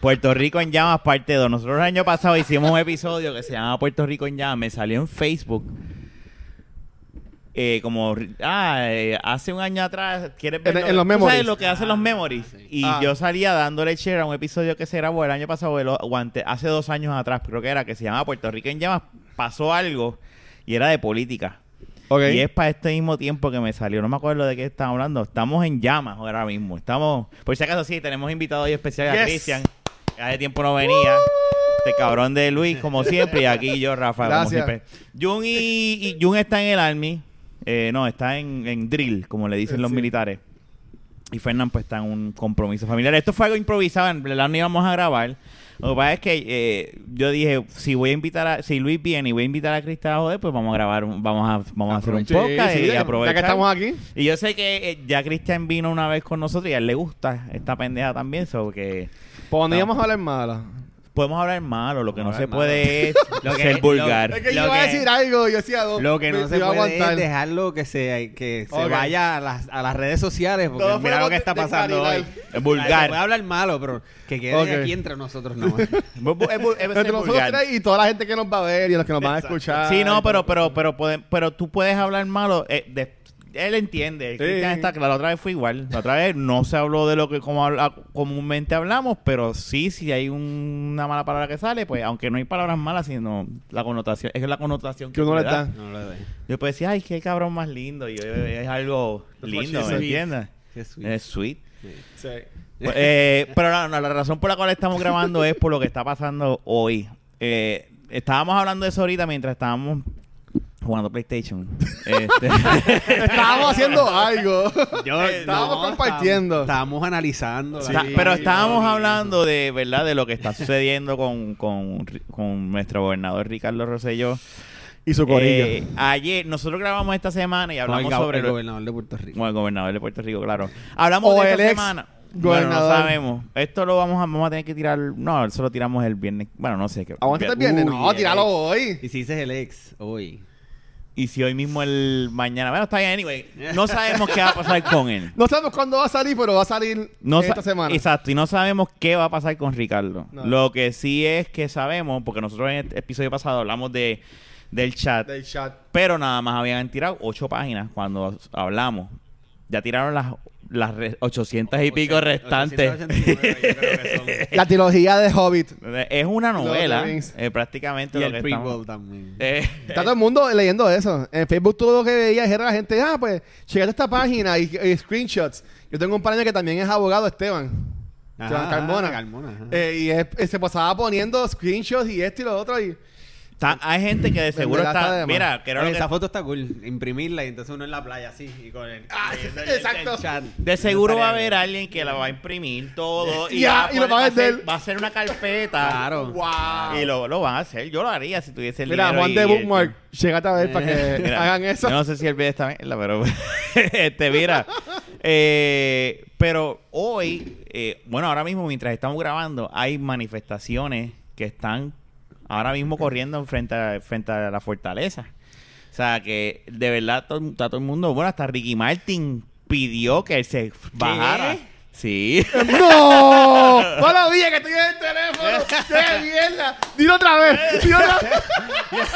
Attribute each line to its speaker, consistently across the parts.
Speaker 1: Puerto Rico en llamas parte 2. Nosotros el año pasado hicimos un episodio que se llamaba Puerto Rico en llamas. Me salió en Facebook. Eh, como ah, eh, hace un año atrás quieres ver
Speaker 2: En- en los
Speaker 1: ¿Tú sabes
Speaker 2: memories.
Speaker 1: lo que hacen los memories y
Speaker 2: Ah.
Speaker 1: yo salía dándole share a un episodio que se grabó el año pasado el o- o ante- hace dos años atrás creo que era que se llamaba Puerto Rico en llamas pasó algo y era de política
Speaker 2: Ok.
Speaker 1: y es para este mismo tiempo que me salió. No me acuerdo de qué estaba hablando. Estamos en llamas ahora mismo. Estamos. Por si acaso, sí, tenemos invitado hoy especial a
Speaker 2: Yes.
Speaker 1: Cristian. que Hace tiempo no venía. Este cabrón de Luis, como siempre. Y aquí yo, Rafa,
Speaker 2: Gracias.
Speaker 1: como siempre. Jun, y, y Jun está en el Army. Eh, no, está en, en drill, como le dicen
Speaker 2: Eh,
Speaker 1: los
Speaker 2: sí.
Speaker 1: militares. Y Fernán pues está en un compromiso familiar. Esto fue algo improvisado, en verdad no íbamos a grabar. Lo que pasa es que eh, yo dije, si voy a invitar a, si Luis viene y voy a invitar a Cristal a joder, pues vamos a grabar, un- vamos a, vamos a hacer un
Speaker 2: Sí,
Speaker 1: podcast
Speaker 2: sí,
Speaker 1: y
Speaker 2: ya que-
Speaker 1: aprovechar.
Speaker 2: Ya que estamos aquí.
Speaker 1: Y yo sé que eh, ya Cristian vino una vez con nosotros y a él le gusta esta pendeja también, so que
Speaker 2: Poníamos a hablar mala.
Speaker 1: podemos hablar malo, lo que no
Speaker 3: Vamos a
Speaker 1: se
Speaker 3: hablar
Speaker 1: puede es
Speaker 3: Lo que-
Speaker 1: ser
Speaker 3: lo-
Speaker 1: vulgar.
Speaker 2: Es que yo
Speaker 3: Lo
Speaker 2: iba a
Speaker 3: que-
Speaker 2: decir algo, yo decía dos.
Speaker 3: Lo que
Speaker 2: me-
Speaker 3: no
Speaker 2: me
Speaker 3: se
Speaker 2: iba a
Speaker 3: puede
Speaker 2: aguantar.
Speaker 3: es dejarlo que se, que se
Speaker 2: Ok.
Speaker 3: vaya a las, a las redes sociales porque
Speaker 2: Todos
Speaker 3: mira lo
Speaker 2: fuéramos
Speaker 3: que está
Speaker 2: de- de
Speaker 3: pasando hoy.
Speaker 2: Caribe.
Speaker 1: Es
Speaker 3: Ay, se puede
Speaker 1: vulgar.
Speaker 3: hablar malo, pero que quede
Speaker 2: Ok.
Speaker 3: aquí entre nosotros no.
Speaker 1: Es bu- es bu- es ser
Speaker 2: Entre nosotros
Speaker 1: vulgar.
Speaker 2: tres y toda la gente que nos va a ver y los que nos van a escuchar.
Speaker 1: Sí, no, pero
Speaker 2: pues,
Speaker 1: pero pero pueden- pero tú puedes hablar malo. eh, de- él entiende.
Speaker 2: Sí.
Speaker 1: Cristian está claro. La otra vez fue igual. La otra vez no se habló de lo que como habla- comúnmente hablamos, pero sí, si hay un- una mala palabra que sale, pues aunque no hay palabras malas, sino la connotación. Es la connotación
Speaker 2: Que uno le da.
Speaker 3: No lo doy.
Speaker 1: Yo puedo decir, ay, qué cabrón más lindo. Y yo, es algo lindo, ¿me
Speaker 2: Sweet.
Speaker 1: entiendes?
Speaker 3: Qué sweet.
Speaker 1: Es sweet.
Speaker 2: Sí.
Speaker 1: Pues, eh, pero no, no, la razón por la cual estamos grabando es por lo que está pasando hoy. Eh, estábamos hablando de eso ahorita mientras estábamos jugando PlayStation. Este,
Speaker 2: Estábamos haciendo algo.
Speaker 3: Yo-
Speaker 2: Eh, Estábamos
Speaker 3: no,
Speaker 2: compartiendo.
Speaker 3: Estábamos, estábamos analizando.
Speaker 1: está-
Speaker 3: la-
Speaker 1: pero estábamos hablando de verdad de lo que está sucediendo con, con, con nuestro gobernador Ricardo Rosselló.
Speaker 2: Y su corillo.
Speaker 1: Eh, ayer, nosotros grabamos esta semana y
Speaker 3: con el,
Speaker 1: hablamos
Speaker 3: go-
Speaker 1: sobre
Speaker 3: el
Speaker 1: lo-
Speaker 3: gobernador de Puerto Rico.
Speaker 1: Bueno, el gobernador de Puerto Rico, claro. Hablamos
Speaker 2: O
Speaker 1: de
Speaker 2: el
Speaker 1: esta
Speaker 2: ex
Speaker 1: semana.
Speaker 2: gobernador.
Speaker 1: Bueno, no sabemos. Esto lo vamos a, vamos a tener que tirar. No, eso lo tiramos el viernes. Bueno, no sé. qué-
Speaker 2: Aguanta el viernes.
Speaker 3: Uy,
Speaker 2: No,
Speaker 3: el
Speaker 2: tíralo
Speaker 3: ex.
Speaker 2: hoy.
Speaker 3: Y si dices el ex hoy.
Speaker 1: Y si hoy mismo el mañana. Bueno, está bien, anyway. No sabemos qué va a pasar con él.
Speaker 2: No sabemos cuándo va a salir, pero va a salir
Speaker 1: No
Speaker 2: esta
Speaker 1: sa-
Speaker 2: semana.
Speaker 1: Exacto, y no sabemos qué va a pasar con Ricardo.
Speaker 2: No.
Speaker 1: Lo que sí es que sabemos, porque nosotros en el episodio pasado hablamos de del chat,
Speaker 2: Del chat.
Speaker 1: pero nada más habían tirado ocho páginas cuando hablamos. Ya tiraron las, las re- 800 y pico restantes.
Speaker 3: 889, yo creo que son.
Speaker 2: La trilogía de Hobbit.
Speaker 1: Es una novela,
Speaker 2: Rings.
Speaker 1: eh, prácticamente
Speaker 3: y
Speaker 1: lo
Speaker 3: el
Speaker 1: que
Speaker 3: prequel
Speaker 1: estamos.
Speaker 3: también.
Speaker 1: Eh,
Speaker 2: Está todo el mundo leyendo eso. En Facebook todo lo que veías era la gente, ah, pues, llegate a esta página y, y screenshots. Yo tengo un pariente que también es abogado, Esteban.
Speaker 3: Ajá,
Speaker 2: Esteban Carmona.
Speaker 3: ajá, Carmona, ajá.
Speaker 2: Eh, y es- eh, se pasaba poniendo screenshots y esto y lo otro. Y,
Speaker 1: está- hay gente que de seguro
Speaker 2: verdad
Speaker 1: está.
Speaker 2: está de más.
Speaker 1: mira, que era lo
Speaker 3: Oye,
Speaker 1: Ah, que-
Speaker 3: esa foto está cool. Imprimirla y entonces uno en la playa así. Y con el,
Speaker 2: Ah,
Speaker 3: leyendo el-
Speaker 2: exacto.
Speaker 3: el chat.
Speaker 1: De seguro va a haber
Speaker 3: Estaría
Speaker 1: alguien que la va a imprimir todo. Y,
Speaker 2: Ya,
Speaker 1: va
Speaker 2: y lo
Speaker 1: poner-
Speaker 2: va a
Speaker 1: hacer-
Speaker 2: vender.
Speaker 1: Va a hacer una carpeta.
Speaker 3: Claro.
Speaker 1: Y lo, lo van a hacer. Yo lo haría si tuviese el
Speaker 2: mira,
Speaker 1: dinero.
Speaker 2: Juan
Speaker 1: y-
Speaker 2: de
Speaker 1: y el-
Speaker 2: Bookmark, llegate a ver para que
Speaker 1: Mira,
Speaker 2: hagan eso.
Speaker 1: Yo no sé si él ve esta mierda, pero. este, mira. eh, pero hoy, eh, bueno, ahora mismo, mientras estamos grabando, hay manifestaciones que están ahora mismo corriendo frente a, frente a la fortaleza. O sea, que de verdad to- está todo el mundo. Bueno, hasta Ricky Martin pidió que él se bajara. Sí.
Speaker 2: ¡No! ¡No lo vi! ¡Que estoy en el teléfono! ¡Qué mierda! ¡Dilo otra vez! ¡Dilo otra vez!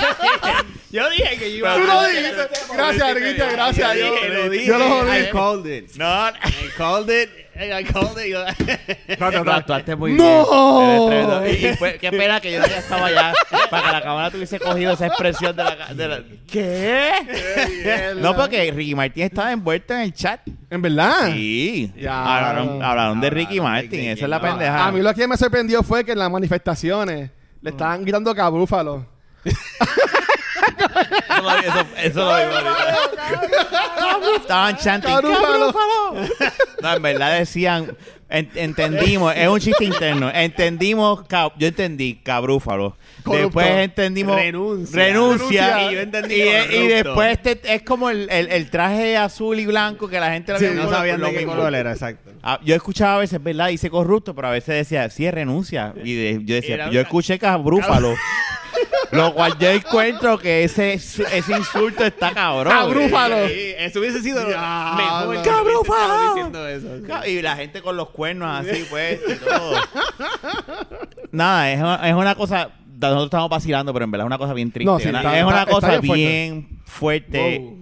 Speaker 1: Yo dije que yo
Speaker 2: Tú lo dijiste. Gracias, Arguita, gracias.
Speaker 1: Yo
Speaker 2: Yo,
Speaker 1: lo dije.
Speaker 2: yo lo jodí.
Speaker 3: I called it.
Speaker 1: No,
Speaker 3: I called it. I called it.
Speaker 1: Lo actuaste muy
Speaker 2: ¡No!
Speaker 1: bien. Eres tremendo. Y, y fue- qué pena que yo no haya estado allá para que la cámara tuviese cogido esa expresión de la... ca- de la- ¿Qué?
Speaker 2: mierda.
Speaker 1: No, porque Ricky Martin estaba envuelto en el chat.
Speaker 2: ¿En verdad?
Speaker 1: Sí.
Speaker 2: Ya. Ah,
Speaker 1: Hablaron, hablaron de Ricky
Speaker 3: Hablaron de
Speaker 1: Martin.
Speaker 3: Ricky.
Speaker 1: Esa es la
Speaker 3: No,
Speaker 1: pendeja.
Speaker 2: A mí lo que me sorprendió fue que en las manifestaciones le estaban gritando cabúfalo.
Speaker 1: Eso lo vi- eso- eso lo vi ahorita. Estaban chanting.
Speaker 2: Carúfalo.
Speaker 1: No, en verdad decían... en- entendimos, es un chiste interno. Entendimos, ca- yo entendí, cabrúfalo.
Speaker 2: Corrupto.
Speaker 1: Después entendimos.
Speaker 3: Renuncia.
Speaker 1: Renuncia.
Speaker 2: Renuncia.
Speaker 1: Y, yo entendí,
Speaker 3: Y-
Speaker 1: y
Speaker 3: corrupto.
Speaker 1: después te- es como el, el- el traje azul y blanco que la gente lo
Speaker 3: Sí,
Speaker 1: había
Speaker 3: no
Speaker 1: color-
Speaker 3: sabían
Speaker 1: lo
Speaker 3: de qué
Speaker 1: mismo.
Speaker 3: color era, exacto.
Speaker 1: Ah, yo escuchaba a veces, ¿verdad? Dice corrupto, pero a veces decía, sí, es renuncia. Y de- yo decía,
Speaker 3: Era
Speaker 1: yo escuché cabrúfalo. Lo cual yo encuentro que ese, ese insulto está cabrón.
Speaker 2: Cabrúfalo.
Speaker 3: Sí, Eso hubiese sido lo
Speaker 2: Ya,
Speaker 3: mejor. que
Speaker 1: cabrón,
Speaker 3: hubiese estado
Speaker 1: fa.
Speaker 3: diciendo eso, sí.
Speaker 1: Y la gente con los cuernos así, pues, y todo. Nada, es una, es una cosa. Nosotros estamos vacilando, pero en verdad es una cosa bien triste.
Speaker 2: No, sí,
Speaker 1: Una-
Speaker 2: está-
Speaker 1: es una
Speaker 2: está-
Speaker 1: cosa
Speaker 2: está
Speaker 1: bien
Speaker 2: bien
Speaker 1: fuerte,
Speaker 3: Wow.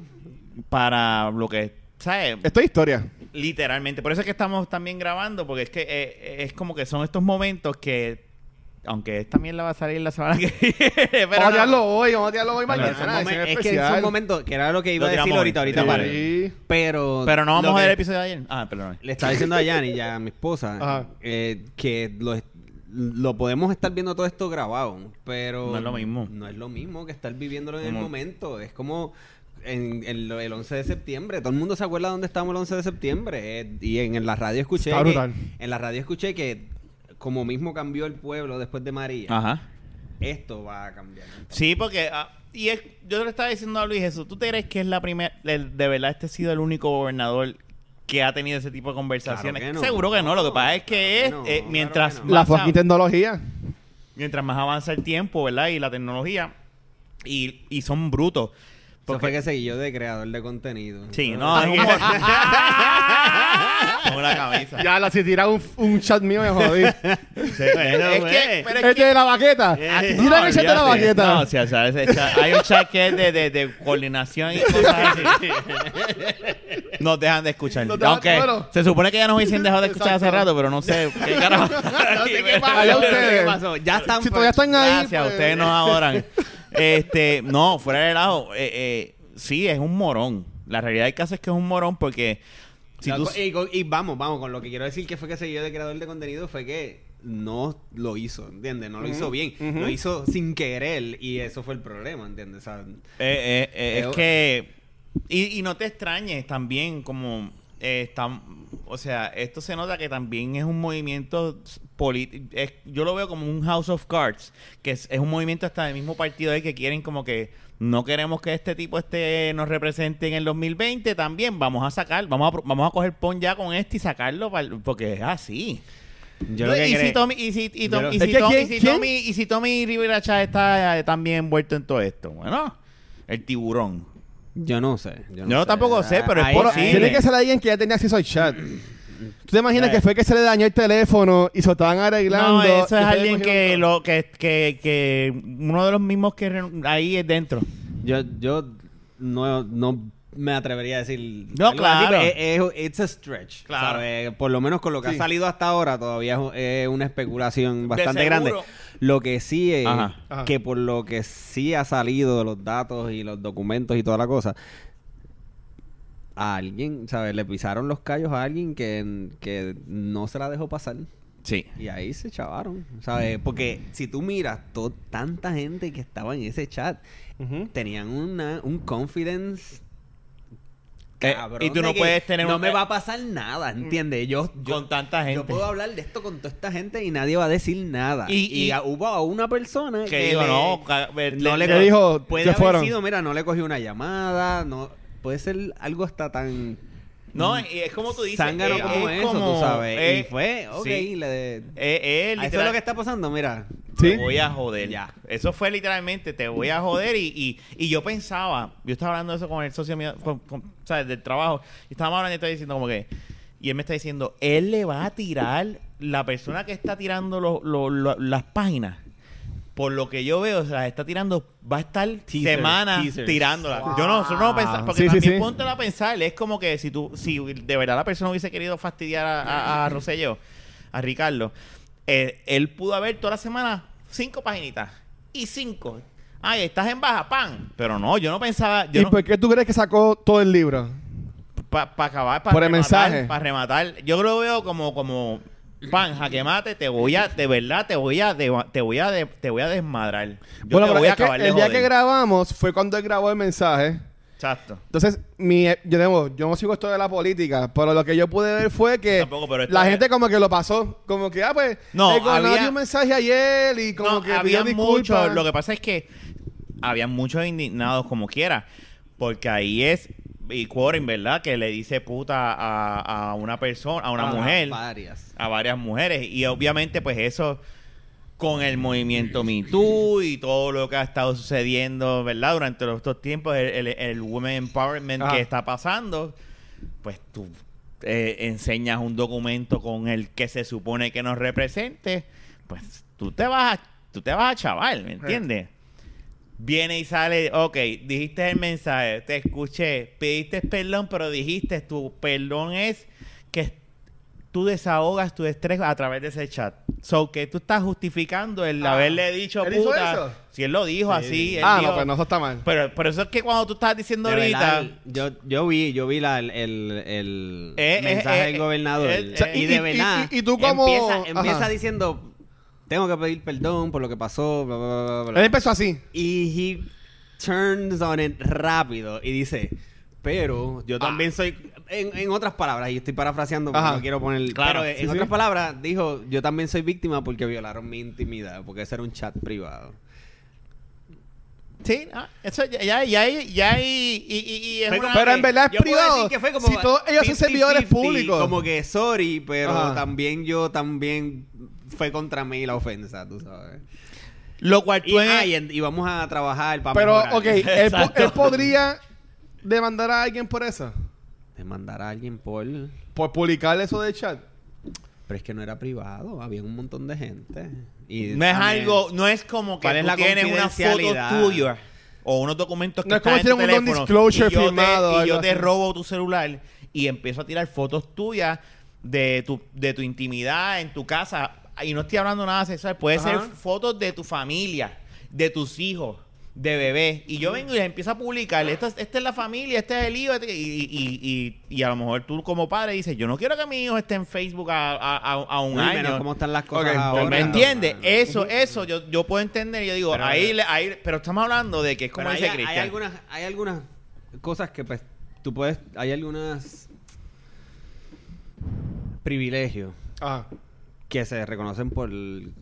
Speaker 1: para lo que. ¿Sabes?
Speaker 2: Esto es historia.
Speaker 1: Literalmente. Por eso es que estamos también grabando, porque es que eh, es como que son estos momentos que. Aunque esta mierda va a salir la semana que viene.
Speaker 2: vamos a
Speaker 1: Pero
Speaker 2: tirarlo
Speaker 1: no.
Speaker 2: hoy, vamos a tirarlo hoy
Speaker 1: Bueno,
Speaker 2: mañana.
Speaker 3: Bueno,
Speaker 1: es
Speaker 3: son
Speaker 1: un
Speaker 2: ese es
Speaker 3: momen- es que
Speaker 2: especial.
Speaker 3: es un momento que era lo que iba
Speaker 1: Lo
Speaker 3: a decir
Speaker 1: tiramos
Speaker 3: ahorita,
Speaker 1: hoy,
Speaker 3: ahorita
Speaker 1: sí.
Speaker 3: para.
Speaker 2: Sí.
Speaker 3: Pero.
Speaker 1: Pero no vamos
Speaker 3: lo
Speaker 1: a ver el
Speaker 3: que
Speaker 1: episodio de ayer. Ah, perdón.
Speaker 3: Le estaba diciendo a Yanni, ya a mi esposa,
Speaker 2: Ajá.
Speaker 3: eh, que lo, es- lo podemos estar viendo todo esto grabado, pero.
Speaker 1: No es lo mismo.
Speaker 3: No es lo mismo que estar viviéndolo en el
Speaker 1: Como-
Speaker 3: momento. Es como. En, en lo- el 11 de septiembre, todo el mundo se acuerda dónde estábamos el 11 de septiembre. eh, y en, en la radio escuché.
Speaker 2: Está
Speaker 3: que-
Speaker 2: brutal.
Speaker 3: en la radio escuché que, como mismo cambió el pueblo después de María,
Speaker 1: Ajá.
Speaker 3: esto va a cambiar.
Speaker 1: Sí, porque. ah, y es, yo le estaba diciendo a Luis eso. ¿Tú te crees que es la primera. el- De verdad, este ha sido el único gobernador que ha tenido ese tipo de conversaciones?
Speaker 3: Claro que no.
Speaker 1: Seguro que no. Lo que pasa es que
Speaker 3: Claro
Speaker 1: es,
Speaker 3: que
Speaker 1: eh,
Speaker 3: no,
Speaker 1: mientras,
Speaker 3: claro que no.
Speaker 2: La
Speaker 1: más
Speaker 2: fucking
Speaker 1: av-
Speaker 2: tecnología.
Speaker 1: mientras más avanza el tiempo, ¿verdad? Y la tecnología. Y, y son brutos.
Speaker 3: Eso fue
Speaker 1: Porque-
Speaker 3: que seguí yo de creador de contenido.
Speaker 1: Sí,
Speaker 3: Ah,
Speaker 1: no, es humor. Con la camisa.
Speaker 2: Ya, la, si tiraba un, un chat mío me jodí.
Speaker 1: es que,
Speaker 3: güey.
Speaker 1: pero es
Speaker 2: este
Speaker 1: que-
Speaker 2: de la baqueta.
Speaker 1: Ah,
Speaker 2: Tira el chat de la
Speaker 1: olvídate.
Speaker 2: baqueta.
Speaker 1: No, o sea, o sea, ese chat- hay un chat que es de, de- de coordinación y cosas así. Nos dejan de escuchar.
Speaker 2: Nos dejan-
Speaker 1: Aunque
Speaker 2: bueno.
Speaker 1: se supone que ya nos hubiesen dejado de escuchar hace
Speaker 2: Exacto.
Speaker 1: rato, pero no sé qué carajo.
Speaker 3: No sé qué pasó,
Speaker 2: Allá
Speaker 3: no sé
Speaker 2: ustedes.
Speaker 3: qué pasó. Ya están.
Speaker 2: si todavía están ahí.
Speaker 1: Gracias,
Speaker 2: pues,
Speaker 1: ustedes nos adoran. Este, no, fuera de lado, eh, eh, sí, es un morón. La realidad del caso es que es un morón porque si
Speaker 3: La
Speaker 1: tú...
Speaker 3: co- y, con- y vamos, vamos, con lo que quiero decir que fue que ese yo de creador de contenido fue que no lo hizo, ¿entiendes? No lo hizo bien,
Speaker 2: ujú.
Speaker 3: lo hizo sin querer y eso fue el problema, ¿entiendes? O
Speaker 1: Eh,
Speaker 3: sea,
Speaker 1: eh, eh,
Speaker 3: Eh,
Speaker 1: es que. Y, y no te extrañes también, como. eh, tam- o sea, esto se nota que también es un movimiento político. Yo lo veo como un House of Cards, que es, es un movimiento hasta del mismo partido ahí que quieren, como que no queremos que este tipo este nos represente en el 2020. También vamos a sacar, vamos a, pro- vamos a coger pon ya con este y sacarlo, pa'l- porque es así.
Speaker 3: yo
Speaker 1: No,
Speaker 3: lo que
Speaker 1: y,
Speaker 3: cre-
Speaker 1: si Tommy, y si y Tom-
Speaker 3: Yo lo-
Speaker 1: y
Speaker 2: Es
Speaker 1: si
Speaker 2: que
Speaker 1: Tom-
Speaker 2: ¿quién-
Speaker 1: y si
Speaker 2: quién?
Speaker 1: Tommy- y si Tommy Rivera Chá está eh, también envuelto en todo esto, bueno, el tiburón.
Speaker 3: yo no sé. Yo,
Speaker 1: Yo tampoco sé, pero es
Speaker 3: Ahí-
Speaker 2: Pero
Speaker 1: Sí.
Speaker 2: tiene que ser alguien que ya tenía acceso al chat. ¿Tú te imaginas
Speaker 1: Ya.
Speaker 2: que fue que se le dañó el teléfono y se lo estaban arreglando?
Speaker 1: Eh. No, eso es
Speaker 2: Ustedes
Speaker 1: alguien
Speaker 2: cogieron
Speaker 1: que
Speaker 2: todo.
Speaker 1: lo que, que, que uno de los mismos que re- ahí es dentro.
Speaker 3: yo, yo no, no me atrevería a decir.
Speaker 1: No,
Speaker 3: algo así,
Speaker 1: claro.
Speaker 3: pero es- es- it's a stretch.
Speaker 1: Claro.
Speaker 3: ¿sabes? Por lo menos con lo que
Speaker 2: Sí.
Speaker 3: ha salido hasta ahora, todavía es un- es una especulación bastante
Speaker 1: seguro.
Speaker 3: grande. Lo que sí es
Speaker 1: Ajá.
Speaker 2: Ajá.
Speaker 3: que por lo que sí ha salido de los datos y los documentos y toda la cosa, a alguien, ¿sabes? Le pisaron los callos a alguien que, que no se la dejó pasar.
Speaker 1: Sí.
Speaker 3: Y ahí se chavaron, ¿sabes?
Speaker 1: Mm.
Speaker 3: Porque si tú miras, to- tanta gente que estaba en ese chat
Speaker 2: Ujú.
Speaker 3: tenían una, un confidence.
Speaker 1: Eh,
Speaker 3: cabrón
Speaker 1: y tú
Speaker 3: de
Speaker 1: no
Speaker 3: que
Speaker 1: puedes tener
Speaker 3: No
Speaker 1: un- eh,
Speaker 3: me va a pasar nada, ¿entiendes? Yo, yo-
Speaker 1: Con tanta gente.
Speaker 3: Yo puedo hablar de esto con toda esta gente y nadie va a decir nada.
Speaker 1: Y-
Speaker 3: Y,
Speaker 1: y-
Speaker 3: a- hubo a una persona
Speaker 1: Que
Speaker 3: que,
Speaker 1: digo,
Speaker 3: le-
Speaker 1: no, ca-
Speaker 3: no
Speaker 1: le-
Speaker 3: le
Speaker 2: que dijo,
Speaker 3: puede
Speaker 2: se
Speaker 3: haber
Speaker 2: fueron.
Speaker 3: sido, mira, no le cogí una llamada, no puede ser algo hasta tan
Speaker 1: No, y es como tú dices.
Speaker 3: zángano
Speaker 1: eh,
Speaker 3: como
Speaker 1: es
Speaker 3: eso,
Speaker 1: como-
Speaker 3: tú sabes.
Speaker 1: eh,
Speaker 3: y fue, ok,
Speaker 1: sí.
Speaker 3: le-
Speaker 1: Eh, eh,
Speaker 3: a eso es
Speaker 1: literal-
Speaker 3: lo que está pasando, mira.
Speaker 1: Te
Speaker 2: ¿Sí?
Speaker 1: voy a joder.
Speaker 3: Ya.
Speaker 1: Eso fue literalmente, te voy a joder. Y, y, y yo pensaba, yo estaba hablando de eso con el socio mío, con- con- ¿sabes? Del trabajo. Y estábamos hablando y estaba diciendo como que... Y él me está diciendo, él le va a tirar la persona que está tirando lo- lo- lo- las páginas. Por lo que yo veo, se las está tirando, va a estar
Speaker 3: Teasers,
Speaker 1: semanas
Speaker 3: teasers.
Speaker 1: tirándolas. Yo no, nosotros no pensamos, porque
Speaker 2: Sí, sí,
Speaker 1: también
Speaker 2: sí.
Speaker 1: ponte a pensar, es como que si tú, si de verdad la persona hubiese querido fastidiar a, a, a Rosselló, a Ricardo, eh, él pudo haber toda la semana cinco paginitas y cinco. Ay, estás en baja, pan. Pero no, yo no pensaba, yo
Speaker 2: ¿Y
Speaker 1: no-
Speaker 2: por qué tú crees que sacó todo el libro?
Speaker 1: para acabar, para
Speaker 2: Por el mensaje.
Speaker 1: Para rematar. Yo lo veo como, como pan, jaque mate, te voy a, de verdad, te voy a, de- te voy a, de- te voy a desmadrar. Yo te
Speaker 2: pero
Speaker 1: voy a
Speaker 2: es que
Speaker 1: acabar de
Speaker 2: el día
Speaker 1: joder.
Speaker 2: que grabamos fue cuando él grabó el mensaje.
Speaker 1: Exacto.
Speaker 2: Entonces, mi, yo, de nuevo, yo no sigo esto de la política, pero lo que yo pude ver fue que
Speaker 1: Tampoco, pero esto
Speaker 2: la
Speaker 1: es-
Speaker 2: gente como que lo pasó. Como que, ah, pues,
Speaker 1: No,
Speaker 2: el gobernador
Speaker 1: había-
Speaker 2: dio un mensaje ayer y como
Speaker 1: no,
Speaker 2: que
Speaker 1: había
Speaker 2: pidió
Speaker 1: mucho,
Speaker 2: disculpas.
Speaker 1: lo que pasa es que había muchos indignados como quiera, porque ahí es y Quorin, ¿verdad? Que le dice puta a, a una persona, a una
Speaker 3: Ah,
Speaker 1: mujer,
Speaker 3: Varias.
Speaker 1: a varias mujeres y obviamente pues eso con el movimiento Me Too y todo lo que ha estado sucediendo, ¿verdad? Durante los- estos tiempos, el, el, el Women Empowerment
Speaker 3: Ajá.
Speaker 1: que está pasando, pues tú eh, enseñas un documento con el que se supone que nos represente, pues tú te vas a, tú te vas a chaval, ¿me entiendes? Viene y sale, ok, dijiste el mensaje, te escuché, pediste perdón, pero dijiste tu perdón es que tú desahogas tu estrés a través de ese chat. So que tú estás justificando el
Speaker 2: Ah,
Speaker 1: haberle dicho
Speaker 2: ¿él hizo eso?
Speaker 1: puta. Si él lo dijo así, él
Speaker 2: Ah,
Speaker 1: dijo-
Speaker 2: no, pues no, eso está mal.
Speaker 1: pero, pero eso es que cuando tú estás diciendo
Speaker 3: De
Speaker 1: ahorita.
Speaker 3: verdad, yo, yo vi, yo vi la, el, el- el
Speaker 1: Eh, eh,
Speaker 3: mensaje
Speaker 1: eh,
Speaker 3: del gobernador.
Speaker 1: eh, O sea,
Speaker 3: y,
Speaker 2: y- y-
Speaker 3: de verdad,
Speaker 2: y- y tú como-
Speaker 3: empieza,
Speaker 2: Ajá.
Speaker 3: empieza diciendo, tengo que pedir perdón por lo que pasó, bla, bla, bla, bla,
Speaker 2: Él
Speaker 3: bla.
Speaker 2: empezó así.
Speaker 3: Y he turns on it rápido y dice, pero yo también soy, en, en otras palabras, y estoy parafraseando porque
Speaker 2: Ah. Ajá.
Speaker 3: no quiero poner...
Speaker 1: Claro,
Speaker 3: pero en
Speaker 2: sí, sí.
Speaker 3: otras palabras, dijo, yo también soy víctima porque violaron mi intimidad, porque ese era un chat privado.
Speaker 1: Sí, ah, eso ya, ya, ya, hay- ya hay- y, y- y es
Speaker 3: Fue
Speaker 1: una-
Speaker 3: como
Speaker 2: Pero en verdad es
Speaker 3: yo puedo
Speaker 2: privado.
Speaker 3: decir que fue como
Speaker 2: Si todos ellos son
Speaker 3: 50-50,
Speaker 2: servidores públicos.
Speaker 3: Como que sorry, pero
Speaker 2: Ajá.
Speaker 3: también yo también fue contra mí la ofensa, tú sabes.
Speaker 1: Lo cual
Speaker 3: Y,
Speaker 1: tú en-
Speaker 3: ah, y en- y vamos a trabajar para
Speaker 2: Pero,
Speaker 3: mejorar.
Speaker 2: ok, él, po-
Speaker 1: Exacto.
Speaker 2: él podría demandar a alguien por eso.
Speaker 3: Demandar a alguien por
Speaker 2: Por publicar eso de chat.
Speaker 3: pero es que no era privado, había un montón de gente. Y
Speaker 1: no es
Speaker 3: también-
Speaker 1: algo, no es como que
Speaker 3: ¿Cuál es
Speaker 1: tú
Speaker 3: la
Speaker 1: tienes una foto
Speaker 3: confidencialidad?
Speaker 1: tuya o unos documentos que
Speaker 2: No es como
Speaker 1: están en tu
Speaker 2: tienen un
Speaker 1: teléfono
Speaker 2: non-disclosure
Speaker 1: y yo te-
Speaker 2: firmado o
Speaker 1: y yo
Speaker 2: algo
Speaker 1: te
Speaker 2: así.
Speaker 1: robo tu celular y empiezo a tirar fotos tuyas de tu, de tu intimidad en tu casa. Y no estoy hablando nada sexual, puede
Speaker 2: Ajá.
Speaker 1: ser fotos de tu familia, de tus hijos, de bebés. Y yo vengo y les empiezo a publicar, esta, es- esta es la familia, este es el hijo, este- y, y- y- y a lo mejor tú como padre dices, yo no quiero que mi hijo esté en Facebook a, a- a- a un
Speaker 3: Uy,
Speaker 1: año.
Speaker 3: menos cómo están las cosas
Speaker 2: Ok,
Speaker 3: ahora.
Speaker 1: ¿Me entiendes?
Speaker 3: mano.
Speaker 1: Eso, eso, yo, yo puedo entender. Yo digo,
Speaker 3: Pero-
Speaker 1: ahí, le- ahí, pero estamos hablando de que es como
Speaker 3: Pero
Speaker 1: dice
Speaker 3: hay, hay
Speaker 1: Cristian.
Speaker 3: algunas, hay algunas cosas que pues, tú puedes, hay algunas privilegios
Speaker 2: Ajá.
Speaker 3: que se reconocen por,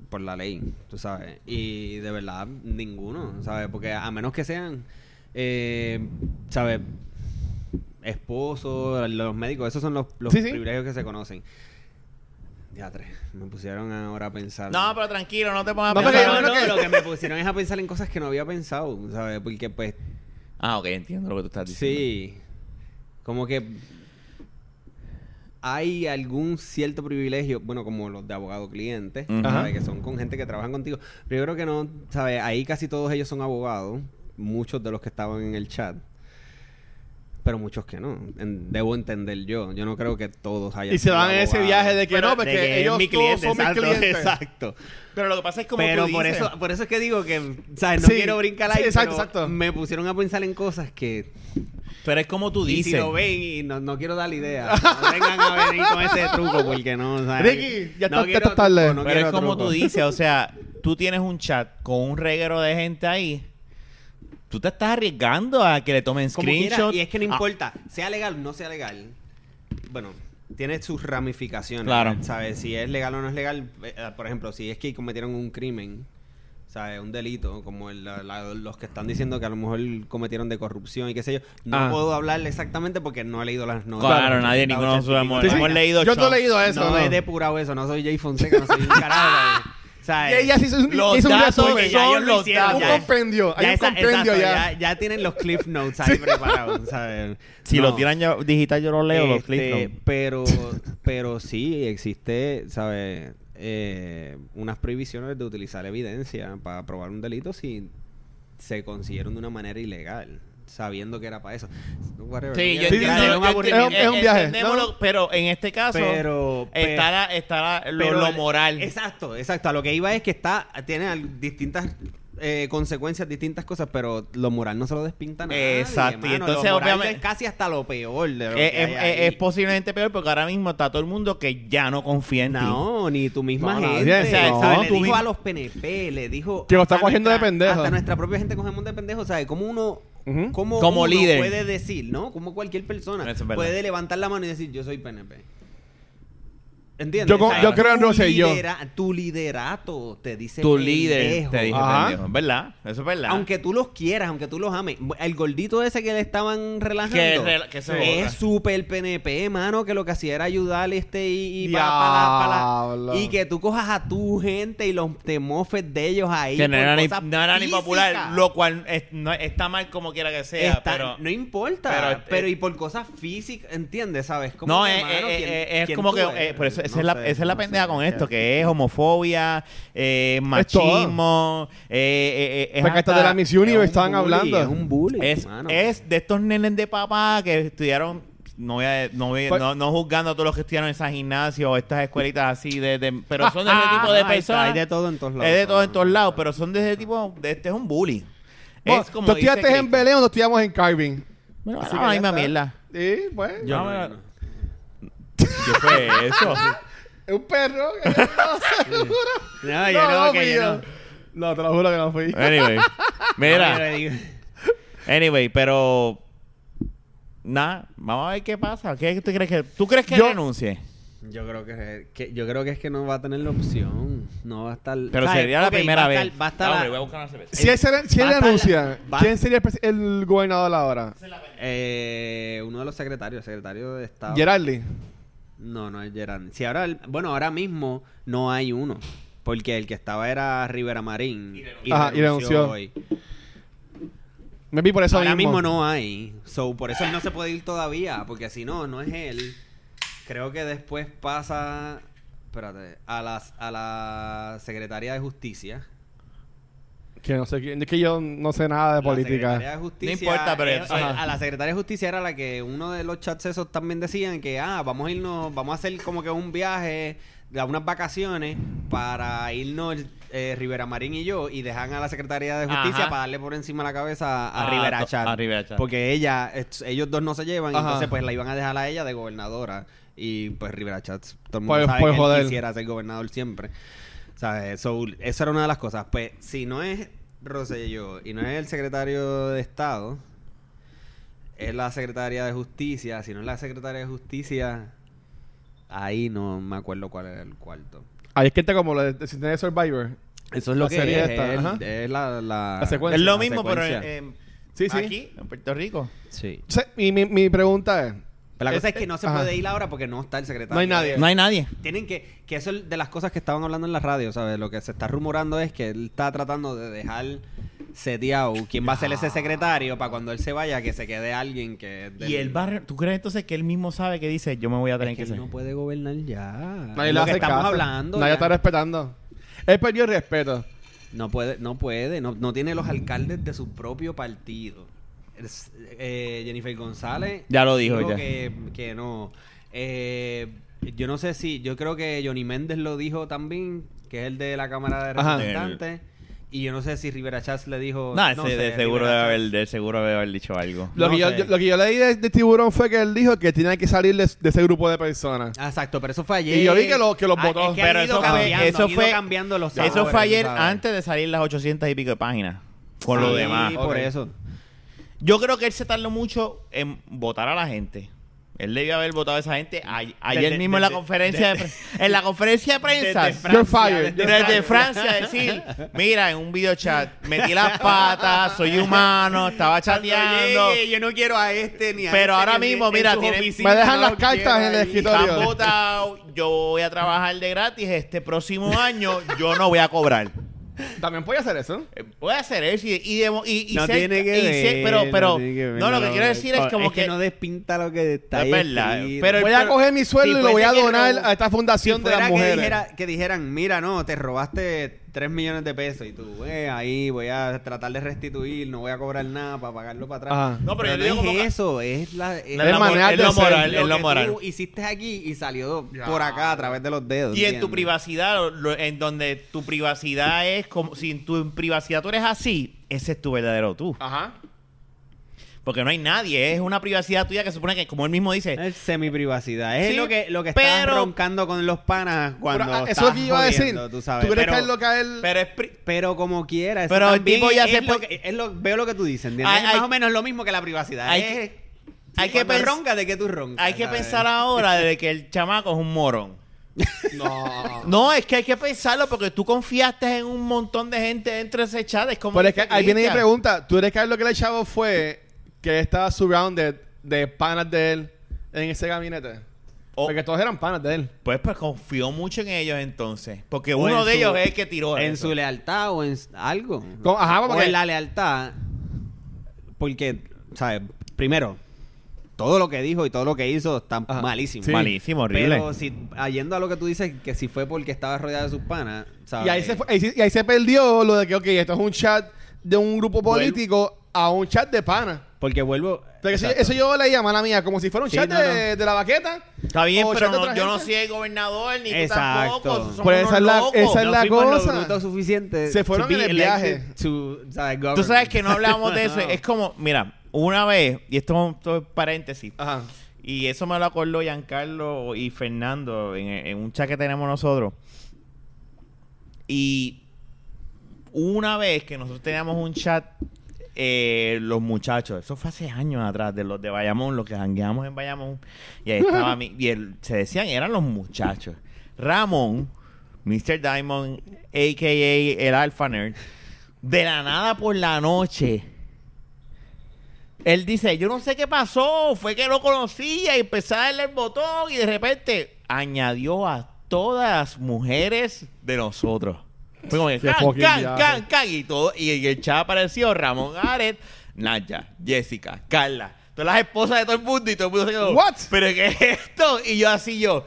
Speaker 3: por la ley, tú sabes. Y de verdad, ninguno, ¿sabes? Porque a menos que sean, eh, ¿sabes? Esposos, los médicos, esos son los, los
Speaker 2: Sí, sí.
Speaker 3: privilegios que se conocen. Ya tres, me pusieron ahora a pensar.
Speaker 1: No, pero tranquilo, no te pongas a
Speaker 2: No,
Speaker 3: No,
Speaker 2: porque
Speaker 1: pensar-
Speaker 2: yo
Speaker 3: no,
Speaker 2: creo que-
Speaker 3: no, lo que me pusieron es a pensar en cosas que no había pensado, ¿sabes? Porque pues
Speaker 1: Ah, ok, entiendo lo que tú estás diciendo.
Speaker 3: Sí. Como que hay algún cierto privilegio, bueno, como los de abogado cliente,
Speaker 1: Ujú.
Speaker 3: ¿sabes? que son con gente que trabajan contigo. Pero yo creo que no, ¿sabes? Ahí casi todos ellos son abogados, muchos de los que estaban en el chat. Pero muchos que no. En- debo entender yo. Yo no creo que todos hayan
Speaker 2: Y se
Speaker 3: sido
Speaker 2: van en ese
Speaker 3: abogados.
Speaker 2: viaje de que
Speaker 1: Pero
Speaker 2: no,
Speaker 1: de
Speaker 2: porque
Speaker 1: que es
Speaker 2: ellos
Speaker 1: mi
Speaker 2: todos
Speaker 1: cliente,
Speaker 2: son mis
Speaker 3: Exacto,
Speaker 2: clientes.
Speaker 3: exacto.
Speaker 1: Pero lo que pasa es como
Speaker 3: Pero
Speaker 1: tú
Speaker 3: por
Speaker 1: dices.
Speaker 3: eso, por eso es que digo que, ¿sabes? No
Speaker 2: Sí.
Speaker 3: quiero brincar
Speaker 2: Sí,
Speaker 3: ahí,
Speaker 2: exacto,
Speaker 3: pero
Speaker 2: exacto.
Speaker 3: me pusieron a pensar en cosas que
Speaker 1: Pero es como tú
Speaker 3: y si
Speaker 1: dices.
Speaker 3: lo ven y no, no quiero dar idea. No vengan a venir con ese truco porque no, o sea,
Speaker 2: Ricky, ya
Speaker 3: no
Speaker 2: está- ya
Speaker 3: quiero
Speaker 2: está tarde.
Speaker 3: truco, no
Speaker 1: pero es
Speaker 3: quiero
Speaker 1: como
Speaker 3: truco.
Speaker 1: tú dices, o sea, tú tienes un chat con un reguero de gente ahí. Tú te estás arriesgando a que le tomen
Speaker 3: Como quiera,
Speaker 1: screenshots.
Speaker 3: y es que no
Speaker 1: Ah,
Speaker 3: importa, sea legal o no sea legal. Bueno, tiene sus ramificaciones.
Speaker 1: Claro.
Speaker 3: ¿Sabes? Si es legal o no es legal. eh, eh, por ejemplo, si es que cometieron un crimen, ¿sabes? Un delito, como el- la- la- los que están diciendo que a lo mejor cometieron de corrupción y qué sé yo. No
Speaker 2: Ah.
Speaker 3: puedo hablar exactamente porque no he leído las notas.
Speaker 1: Claro, nadie, ninguno de nosotros hemos-
Speaker 2: Sí, sí.
Speaker 1: hemos leído
Speaker 2: Yo no he
Speaker 1: chats.
Speaker 2: leído eso.
Speaker 3: no,
Speaker 2: no.
Speaker 3: he depurado eso, no soy Jay Fonseca, no soy un carajo.
Speaker 2: Y
Speaker 3: ¿sabes? ¿Sabes?
Speaker 2: ella sí hizo un,
Speaker 1: Los
Speaker 2: hizo un
Speaker 1: datos
Speaker 2: resumen.
Speaker 1: que ya ellos
Speaker 2: Son
Speaker 1: lo
Speaker 2: los
Speaker 1: hicieron,
Speaker 2: datos.
Speaker 1: ya.
Speaker 2: Un compendio. Hay un
Speaker 3: esa-
Speaker 2: compendio
Speaker 3: exacto,
Speaker 2: ya.
Speaker 3: ya- ya tienen los cliff notes ahí preparados, ¿sabes?
Speaker 1: Si
Speaker 3: No.
Speaker 1: lo tiran ya digital, yo lo leo, los
Speaker 3: Este,
Speaker 1: clips. no.
Speaker 3: Pero, pero sí existe, ¿sabes? Eh, unas prohibiciones de utilizar evidencia para probar un delito si se consiguieron de una manera ilegal, sabiendo que era para eso. Whatever.
Speaker 1: Sí, yo
Speaker 3: Ya,
Speaker 1: entiendo.
Speaker 3: ya,
Speaker 2: yo
Speaker 3: es un aburrimiento.
Speaker 2: entiendo. Es un viaje,
Speaker 1: Entendemos
Speaker 2: ¿no?
Speaker 1: lo- pero en este caso
Speaker 3: Pero-
Speaker 1: está, la- está la- lo,
Speaker 3: Pero
Speaker 1: lo
Speaker 3: el-
Speaker 1: moral.
Speaker 3: Exacto, exacto. A lo que iba es que está, tiene al- distintas eh, consecuencias, distintas cosas, pero lo moral no se lo despinta nada.
Speaker 1: Exacto, y entonces, obviamente-
Speaker 3: es casi hasta lo peor de lo
Speaker 1: Es,
Speaker 3: que
Speaker 1: es- eh,
Speaker 3: hay
Speaker 1: es-
Speaker 3: ahí.
Speaker 1: es posiblemente peor porque ahora mismo está todo el mundo que ya no confía en ti.
Speaker 3: No, ni tu misma
Speaker 2: No,
Speaker 3: gente.
Speaker 2: nadie,
Speaker 3: o sea,
Speaker 2: no,
Speaker 3: ¿sabes? le
Speaker 2: tú
Speaker 3: dijo
Speaker 2: mismo.
Speaker 3: a los PNP, le dijo.
Speaker 2: Que lo
Speaker 3: hasta
Speaker 2: está cogiendo de
Speaker 3: nuestra-
Speaker 2: pendejo.
Speaker 3: Hasta nuestra propia gente cogemos de pendejo. ¿Sabes? Como uno.
Speaker 2: Ujú.
Speaker 3: cómo
Speaker 1: Como
Speaker 3: uno
Speaker 1: líder.
Speaker 3: puede decir, ¿no? Como cualquier persona
Speaker 1: Eso es verdad.
Speaker 3: puede levantar la mano y decir, yo soy PNP. ¿Entiendes?
Speaker 2: Yo con- yo creo en
Speaker 3: tu
Speaker 2: Rosselló.
Speaker 3: lidera- Tu liderato te dice
Speaker 1: Tu líder
Speaker 3: pendejo.
Speaker 1: te dije
Speaker 2: Ajá.
Speaker 1: pendejo. ¿Verdad? Eso es verdad.
Speaker 3: Aunque tú los quieras, aunque tú los ames. El gordito ese que le estaban relajando
Speaker 1: Que rela- que se joda.
Speaker 3: es súper PNP, mano, que lo que hacía era ayudar este y, y pa- pa la- pa la-
Speaker 2: Diablo.
Speaker 3: y que tú cojas a tu gente y los te mofes de ellos ahí.
Speaker 1: que no
Speaker 3: por
Speaker 1: era, ni,
Speaker 3: cosas
Speaker 1: no era ni
Speaker 3: físicas.
Speaker 1: popular, lo cual es- no- está mal como quiera que sea,
Speaker 3: Está-
Speaker 1: pero...
Speaker 3: no importa,
Speaker 1: pero,
Speaker 3: pero,
Speaker 1: eh,
Speaker 3: y por cosas físicas, ¿entiendes? ¿Sabes? Como
Speaker 1: No,
Speaker 3: que,
Speaker 1: es,
Speaker 3: mano,
Speaker 1: es-
Speaker 3: ¿quién-
Speaker 1: es- es
Speaker 3: quién
Speaker 1: como
Speaker 3: tú
Speaker 1: que...
Speaker 3: eres?
Speaker 1: eh, por eso, esa,
Speaker 3: No
Speaker 1: es la,
Speaker 3: sé,
Speaker 1: esa es la
Speaker 3: no sé.
Speaker 1: pendeja con esto, que es homofobia, eh, machismo... eh, eh, eh, es
Speaker 2: Porque hasta de la Miss Universe
Speaker 3: Es un
Speaker 2: estaban
Speaker 3: bully,
Speaker 2: hablando.
Speaker 3: Es un bully,
Speaker 1: Es,
Speaker 3: mano.
Speaker 1: es de estos nenes de papá que estudiaron... No, voy a- no, voy-
Speaker 2: Pues-
Speaker 1: no, no juzgando a todos los que estudiaron en esas gimnasios o estas escuelitas así, de, de- pero son de ese tipo de
Speaker 3: Ah, ahí está,
Speaker 1: personas.
Speaker 3: Hay de todo en todos lados.
Speaker 1: Es de todos en
Speaker 3: mano.
Speaker 1: todos lados, pero son de ese tipo. de- este es un bully.
Speaker 2: Bueno,
Speaker 1: es como.
Speaker 2: tú
Speaker 1: dice
Speaker 2: estudiaste en
Speaker 1: Cristo.
Speaker 2: Belén o tú estudiamos en Carving.
Speaker 3: Ah,
Speaker 1: Bueno,
Speaker 2: Así
Speaker 1: la
Speaker 2: que ya
Speaker 1: misma
Speaker 2: está.
Speaker 1: mierda.
Speaker 2: Sí, pues.
Speaker 1: Yo-
Speaker 3: Yo
Speaker 1: Ah,
Speaker 3: no,
Speaker 1: bueno. ¿Qué fue eso?
Speaker 2: Es un perro. que no, seguro.
Speaker 3: No, yo no, Eh, que yo
Speaker 2: mío. No, te lo juro que no fui.
Speaker 1: anyway. Mira.
Speaker 3: Mira, digo-
Speaker 1: Anyway, pero. Nada, vamos a ver qué pasa. ¿Qué tú crees que.? ¿Tú crees que
Speaker 2: Yo-
Speaker 1: renuncie?
Speaker 3: Yo creo que, que- yo creo que es que no va a tener la opción, no va a estar.
Speaker 1: Pero
Speaker 3: ¿sabes?
Speaker 1: sería la
Speaker 3: Ok,
Speaker 1: primera
Speaker 3: va a
Speaker 1: vez. Ah,
Speaker 3: estar- va a estar la-
Speaker 2: Si él, se- si él
Speaker 3: Va a estar-
Speaker 2: renuncia,
Speaker 3: va-
Speaker 2: ¿quién sería el, presi- el gobernador ahora?
Speaker 3: eh, uno de los secretarios, secretario de Estado.
Speaker 2: Gerardi.
Speaker 3: No, no es Gerard. Si ahora, el- bueno, ahora mismo no hay uno, porque el que estaba era Rivera Marín y
Speaker 2: Ajá, y renunció.
Speaker 3: hoy.
Speaker 2: Me vi por eso
Speaker 3: Ahora mismo no hay. So, por eso él no se puede ir todavía. Porque si no, no es él. Creo que después pasa. Espérate. A, las, a la Secretaría de Justicia.
Speaker 2: Que no sé quién- es que yo no sé nada de
Speaker 3: La Secretaría
Speaker 2: política.
Speaker 3: de Justicia.
Speaker 1: No importa, pero
Speaker 3: es- eh,
Speaker 1: es-
Speaker 2: ajá.
Speaker 3: A la Secretaría de Justicia era la que uno de los chats esos también decían que, ah, vamos a irnos, vamos a hacer como que un viaje, a unas vacaciones para irnos eh, Rivera Marín y yo y dejan a la Secretaría de Justicia
Speaker 1: Ajá.
Speaker 3: para darle por encima la cabeza a,
Speaker 1: A
Speaker 3: Rivera
Speaker 1: to-
Speaker 3: Chat.
Speaker 1: a Rivera Ah, Chat.
Speaker 3: Porque ella, es- ellos dos no se llevan, y
Speaker 2: Ajá.
Speaker 3: entonces pues la iban a dejar a ella de gobernadora. Y pues Rivera Chat, todo el mundo
Speaker 2: Pues-
Speaker 3: sabe
Speaker 2: pues,
Speaker 3: que él
Speaker 2: joder.
Speaker 3: quisiera ser gobernador siempre. ¿Sabes? So, esa era una de las cosas. Pues, si no es Rosselló y no es el secretario de Estado, es la secretaria de Justicia. Si no es la secretaria de Justicia, ahí no me acuerdo cuál era el cuarto.
Speaker 2: Ahí es que está como lo de, de Cinderella Survivor.
Speaker 3: Eso
Speaker 2: es lo que es, es-
Speaker 3: la, la,
Speaker 2: La secuencia.
Speaker 1: Es lo mismo, pero. eh, en-
Speaker 3: secuencia.
Speaker 1: en-
Speaker 2: Sí, sí.
Speaker 1: Aquí, en Puerto Rico.
Speaker 3: Sí.
Speaker 2: O sea, y mi, mi pregunta es...
Speaker 3: Pero la cosa es que no se
Speaker 2: Eh, Ajá.
Speaker 3: puede ir ahora porque no está el secretario.
Speaker 2: No hay nadie.
Speaker 1: No hay nadie.
Speaker 3: Tienen que, que eso es de las cosas que estaban hablando en la radio, ¿sabes? Lo que se está rumorando es que él está tratando de dejar seteado quién va a ser ese secretario para cuando él se vaya que se quede alguien que... del-
Speaker 1: Y el barrio. ¿Tú crees entonces que él mismo sabe que dice, yo me voy a tener
Speaker 3: Es que
Speaker 1: que
Speaker 3: él
Speaker 1: ser?
Speaker 3: no puede gobernar ya.
Speaker 2: Nadie
Speaker 3: Es
Speaker 2: le
Speaker 3: lo
Speaker 2: hace
Speaker 3: que estamos
Speaker 2: caso.
Speaker 3: hablando.
Speaker 2: Nadie
Speaker 3: ya.
Speaker 2: está respetando. Él perdió el respeto.
Speaker 3: No puede, no puede, no, no tiene los alcaldes de su propio partido. Es- eh, Jennifer González.
Speaker 1: Ya lo dijo, ya.
Speaker 3: Que, que no. Eh, yo no sé si, yo creo que Johnny Méndez lo dijo también, que es el de la Cámara de
Speaker 2: Ajá.
Speaker 3: Representantes. Y yo no sé si Rivera Chávez le dijo.
Speaker 1: Nah,
Speaker 3: no
Speaker 1: ese-
Speaker 3: sé,
Speaker 1: de, seguro debe
Speaker 3: Rivera Chats.
Speaker 1: haber, de seguro debe haber dicho algo.
Speaker 2: Lo,
Speaker 3: No
Speaker 2: que yo,
Speaker 3: sé.
Speaker 2: yo- lo que yo leí de, de Tiburón fue que él dijo que tenía que salir de, de ese grupo de personas.
Speaker 3: Ah, Exacto, pero eso fue ayer. Ah,
Speaker 2: Y yo vi que lo- que los votó.
Speaker 3: es que han
Speaker 1: Pero
Speaker 3: ido
Speaker 1: eso
Speaker 3: cambiando,
Speaker 1: fue, eso
Speaker 3: han ido
Speaker 1: fue,
Speaker 3: cambiando los
Speaker 1: eso
Speaker 3: sabores,
Speaker 1: fue ayer
Speaker 3: ¿sabes?
Speaker 1: antes de salir las 800 y pico de páginas. Con lo
Speaker 3: Sí,
Speaker 1: demás.
Speaker 3: por
Speaker 2: Ok.
Speaker 3: eso.
Speaker 1: Yo creo que él se tardó mucho en votar a la gente. Él debió haber votado a esa gente a- ayer
Speaker 4: Desde-
Speaker 1: mismo en la
Speaker 4: desde-
Speaker 1: conferencia de, pre- en la conferencia de prensa.
Speaker 4: desde
Speaker 2: You're fired.
Speaker 1: Desde, Francia decir, mira, en un video chat metí las patas, soy humano, estaba chateando.
Speaker 4: yo no quiero a este ni
Speaker 1: a Pero este ahora en- mismo, en mira, sus tienen-
Speaker 2: me dejan las cartas en el escritorio.
Speaker 1: Están votados, yo voy a trabajar de gratis este próximo año, yo no voy a cobrar.
Speaker 2: También puede hacer eso.
Speaker 1: Eh, Puede hacer eso y, y, demo- y, y
Speaker 3: no
Speaker 1: ser-
Speaker 3: tiene que
Speaker 1: y
Speaker 3: ver,
Speaker 1: ser- pero, pero,
Speaker 3: tiene
Speaker 1: no,
Speaker 3: ver,
Speaker 1: lo que quiero decir es como que,
Speaker 3: no despinta lo que está
Speaker 1: Es
Speaker 3: ahí
Speaker 1: verdad,
Speaker 3: escrito.
Speaker 1: pero el-
Speaker 2: Voy a coger mi sueldo y lo
Speaker 3: fuese
Speaker 2: voy a
Speaker 3: que
Speaker 2: donar
Speaker 3: robo-
Speaker 2: a esta fundación
Speaker 3: si
Speaker 2: de
Speaker 3: fuera
Speaker 2: las mujeres.
Speaker 3: Que, dijera- que dijeran, mira, no, te robaste 3 millones de pesos y tú, eh, ahí voy a tratar de restituir, no voy a cobrar nada para pagarlo para atrás.
Speaker 2: Ajá.
Speaker 1: No, pero yo digo
Speaker 3: no
Speaker 1: como
Speaker 3: es
Speaker 1: que-
Speaker 3: eso, es la... Es
Speaker 1: Es la
Speaker 3: la-
Speaker 2: manera
Speaker 1: moral,
Speaker 2: de
Speaker 1: es lo
Speaker 2: ser,
Speaker 1: moral,
Speaker 3: lo
Speaker 1: es lo
Speaker 3: que
Speaker 1: moral.
Speaker 3: tú hiciste aquí y salió por acá a través de los dedos.
Speaker 1: Y en tu
Speaker 3: ¿entiendes?
Speaker 1: privacidad, lo- lo- en donde tu privacidad es como, si en tu privacidad tú eres así, ese es tu verdadero tú.
Speaker 2: Ajá.
Speaker 1: Porque no hay nadie, es una privacidad tuya que supone que, como él mismo dice,
Speaker 3: Es semiprivacidad. Es
Speaker 1: Sí,
Speaker 3: lo que, lo que estás
Speaker 1: pero-
Speaker 3: roncando con los panas cuando.
Speaker 2: Pero, ah, eso es
Speaker 3: estás
Speaker 2: lo que yo iba a decir.
Speaker 3: jodiendo, Tú, sabes.
Speaker 2: ¿Tú crees
Speaker 3: pero,
Speaker 2: que es lo que él...
Speaker 1: pero es... pri-
Speaker 3: pero como quieras.
Speaker 1: Pero el tipo ya se
Speaker 3: es lo
Speaker 1: puede-
Speaker 3: que- es lo- Veo lo que tú dices. ¿entiendes?
Speaker 1: Hay-
Speaker 3: es más
Speaker 1: hay-
Speaker 3: o menos lo mismo que la privacidad.
Speaker 1: hay
Speaker 3: es-
Speaker 1: que-
Speaker 3: sí,
Speaker 1: hay que
Speaker 3: cuando eh.
Speaker 1: pens-
Speaker 3: roncas de que tú roncas.
Speaker 1: Hay que
Speaker 3: ¿sabes?
Speaker 1: pensar ahora de que el chamaco es un morón.
Speaker 3: Ah.
Speaker 2: No.
Speaker 1: No, es que hay que pensarlo porque tú confiaste en un montón de gente dentro de ese chat. Es como
Speaker 2: Pero es que
Speaker 1: dice
Speaker 2: ahí viene mi
Speaker 1: Cristian.
Speaker 2: pregunta. ¿Tú crees que lo que le echaba fue que él estaba surrounded de panas de él en ese gabinete?
Speaker 3: Oh.
Speaker 1: O-
Speaker 2: Porque todos eran panas de él.
Speaker 1: Oh, Pues, pues confió mucho en ellos entonces. Porque
Speaker 3: O
Speaker 1: uno
Speaker 3: en
Speaker 1: de
Speaker 3: su-
Speaker 1: ellos es el que tiró.
Speaker 3: en
Speaker 1: eso.
Speaker 3: su lealtad o en s- algo.
Speaker 2: Con- ajá,
Speaker 3: o
Speaker 2: porque-
Speaker 3: en la lealtad. Porque, ¿sabes? Primero, todo lo que dijo y todo lo que hizo está
Speaker 2: Ajá.
Speaker 3: malísimo.
Speaker 2: Sí.
Speaker 1: Malísimo, horrible.
Speaker 3: Pero si, yendo a lo que tú dices, que si fue porque estaba rodeado de sus panas, ¿sabes?
Speaker 2: Y ahí, se fue- ahí se- y ahí se perdió lo de que, ok, esto es un chat de un grupo
Speaker 3: Vuelvo-
Speaker 2: político a un chat de panas.
Speaker 3: Porque vuelvo...
Speaker 2: Pero eso,
Speaker 3: Exacto.
Speaker 2: eso yo leía, mala mía, como si fuera un
Speaker 3: Sí,
Speaker 2: chat
Speaker 3: no,
Speaker 2: de, de la baqueta.
Speaker 1: Está bien,
Speaker 2: o
Speaker 1: pero
Speaker 2: chat de
Speaker 1: no-
Speaker 2: otra
Speaker 1: yo no
Speaker 2: gente.
Speaker 1: soy el gobernador ni
Speaker 3: Exacto.
Speaker 1: tú tampoco. Somos
Speaker 2: Pues esa
Speaker 1: unos
Speaker 2: es la-
Speaker 1: locos.
Speaker 2: esa es
Speaker 3: No
Speaker 2: la
Speaker 3: fuimos lo
Speaker 2: cosa.
Speaker 3: brutos suficientes
Speaker 2: Se fueron
Speaker 3: to be
Speaker 2: en el viaje.
Speaker 3: elected to, ¿sabes?
Speaker 1: Tú
Speaker 3: govern.
Speaker 1: sabes que no hablamos de eso.
Speaker 3: No.
Speaker 1: Es como, mira, una vez, y esto es un- esto es paréntesis,
Speaker 2: Ajá.
Speaker 1: y eso me lo acordó Giancarlo y Fernando en, en un chat que tenemos nosotros. Y una vez que nosotros teníamos un chat, eh, los muchachos, eso fue hace años atrás, de los de Bayamón, los que jangueamos en Bayamón, y ahí estaba mi, y el- se decían, eran los muchachos. Ramón, Mr. Diamond, a.k.a. el Alpha Nerd, de la nada por la noche. Él dice, yo no sé qué pasó, fue que no conocía y empecé a darle el botón y de repente añadió a todas las mujeres de nosotros. Fue como que
Speaker 2: Qué
Speaker 1: can,
Speaker 2: fucking
Speaker 1: can,
Speaker 2: viaje.
Speaker 1: can, can, y todo. Y en el chat apareció Ramón Aret, Naya, Jessica, Carla, todas las esposas de todo el mundo y todo el mundo se quedó.
Speaker 2: What?
Speaker 1: ¿Pero qué es esto? Y yo así yo.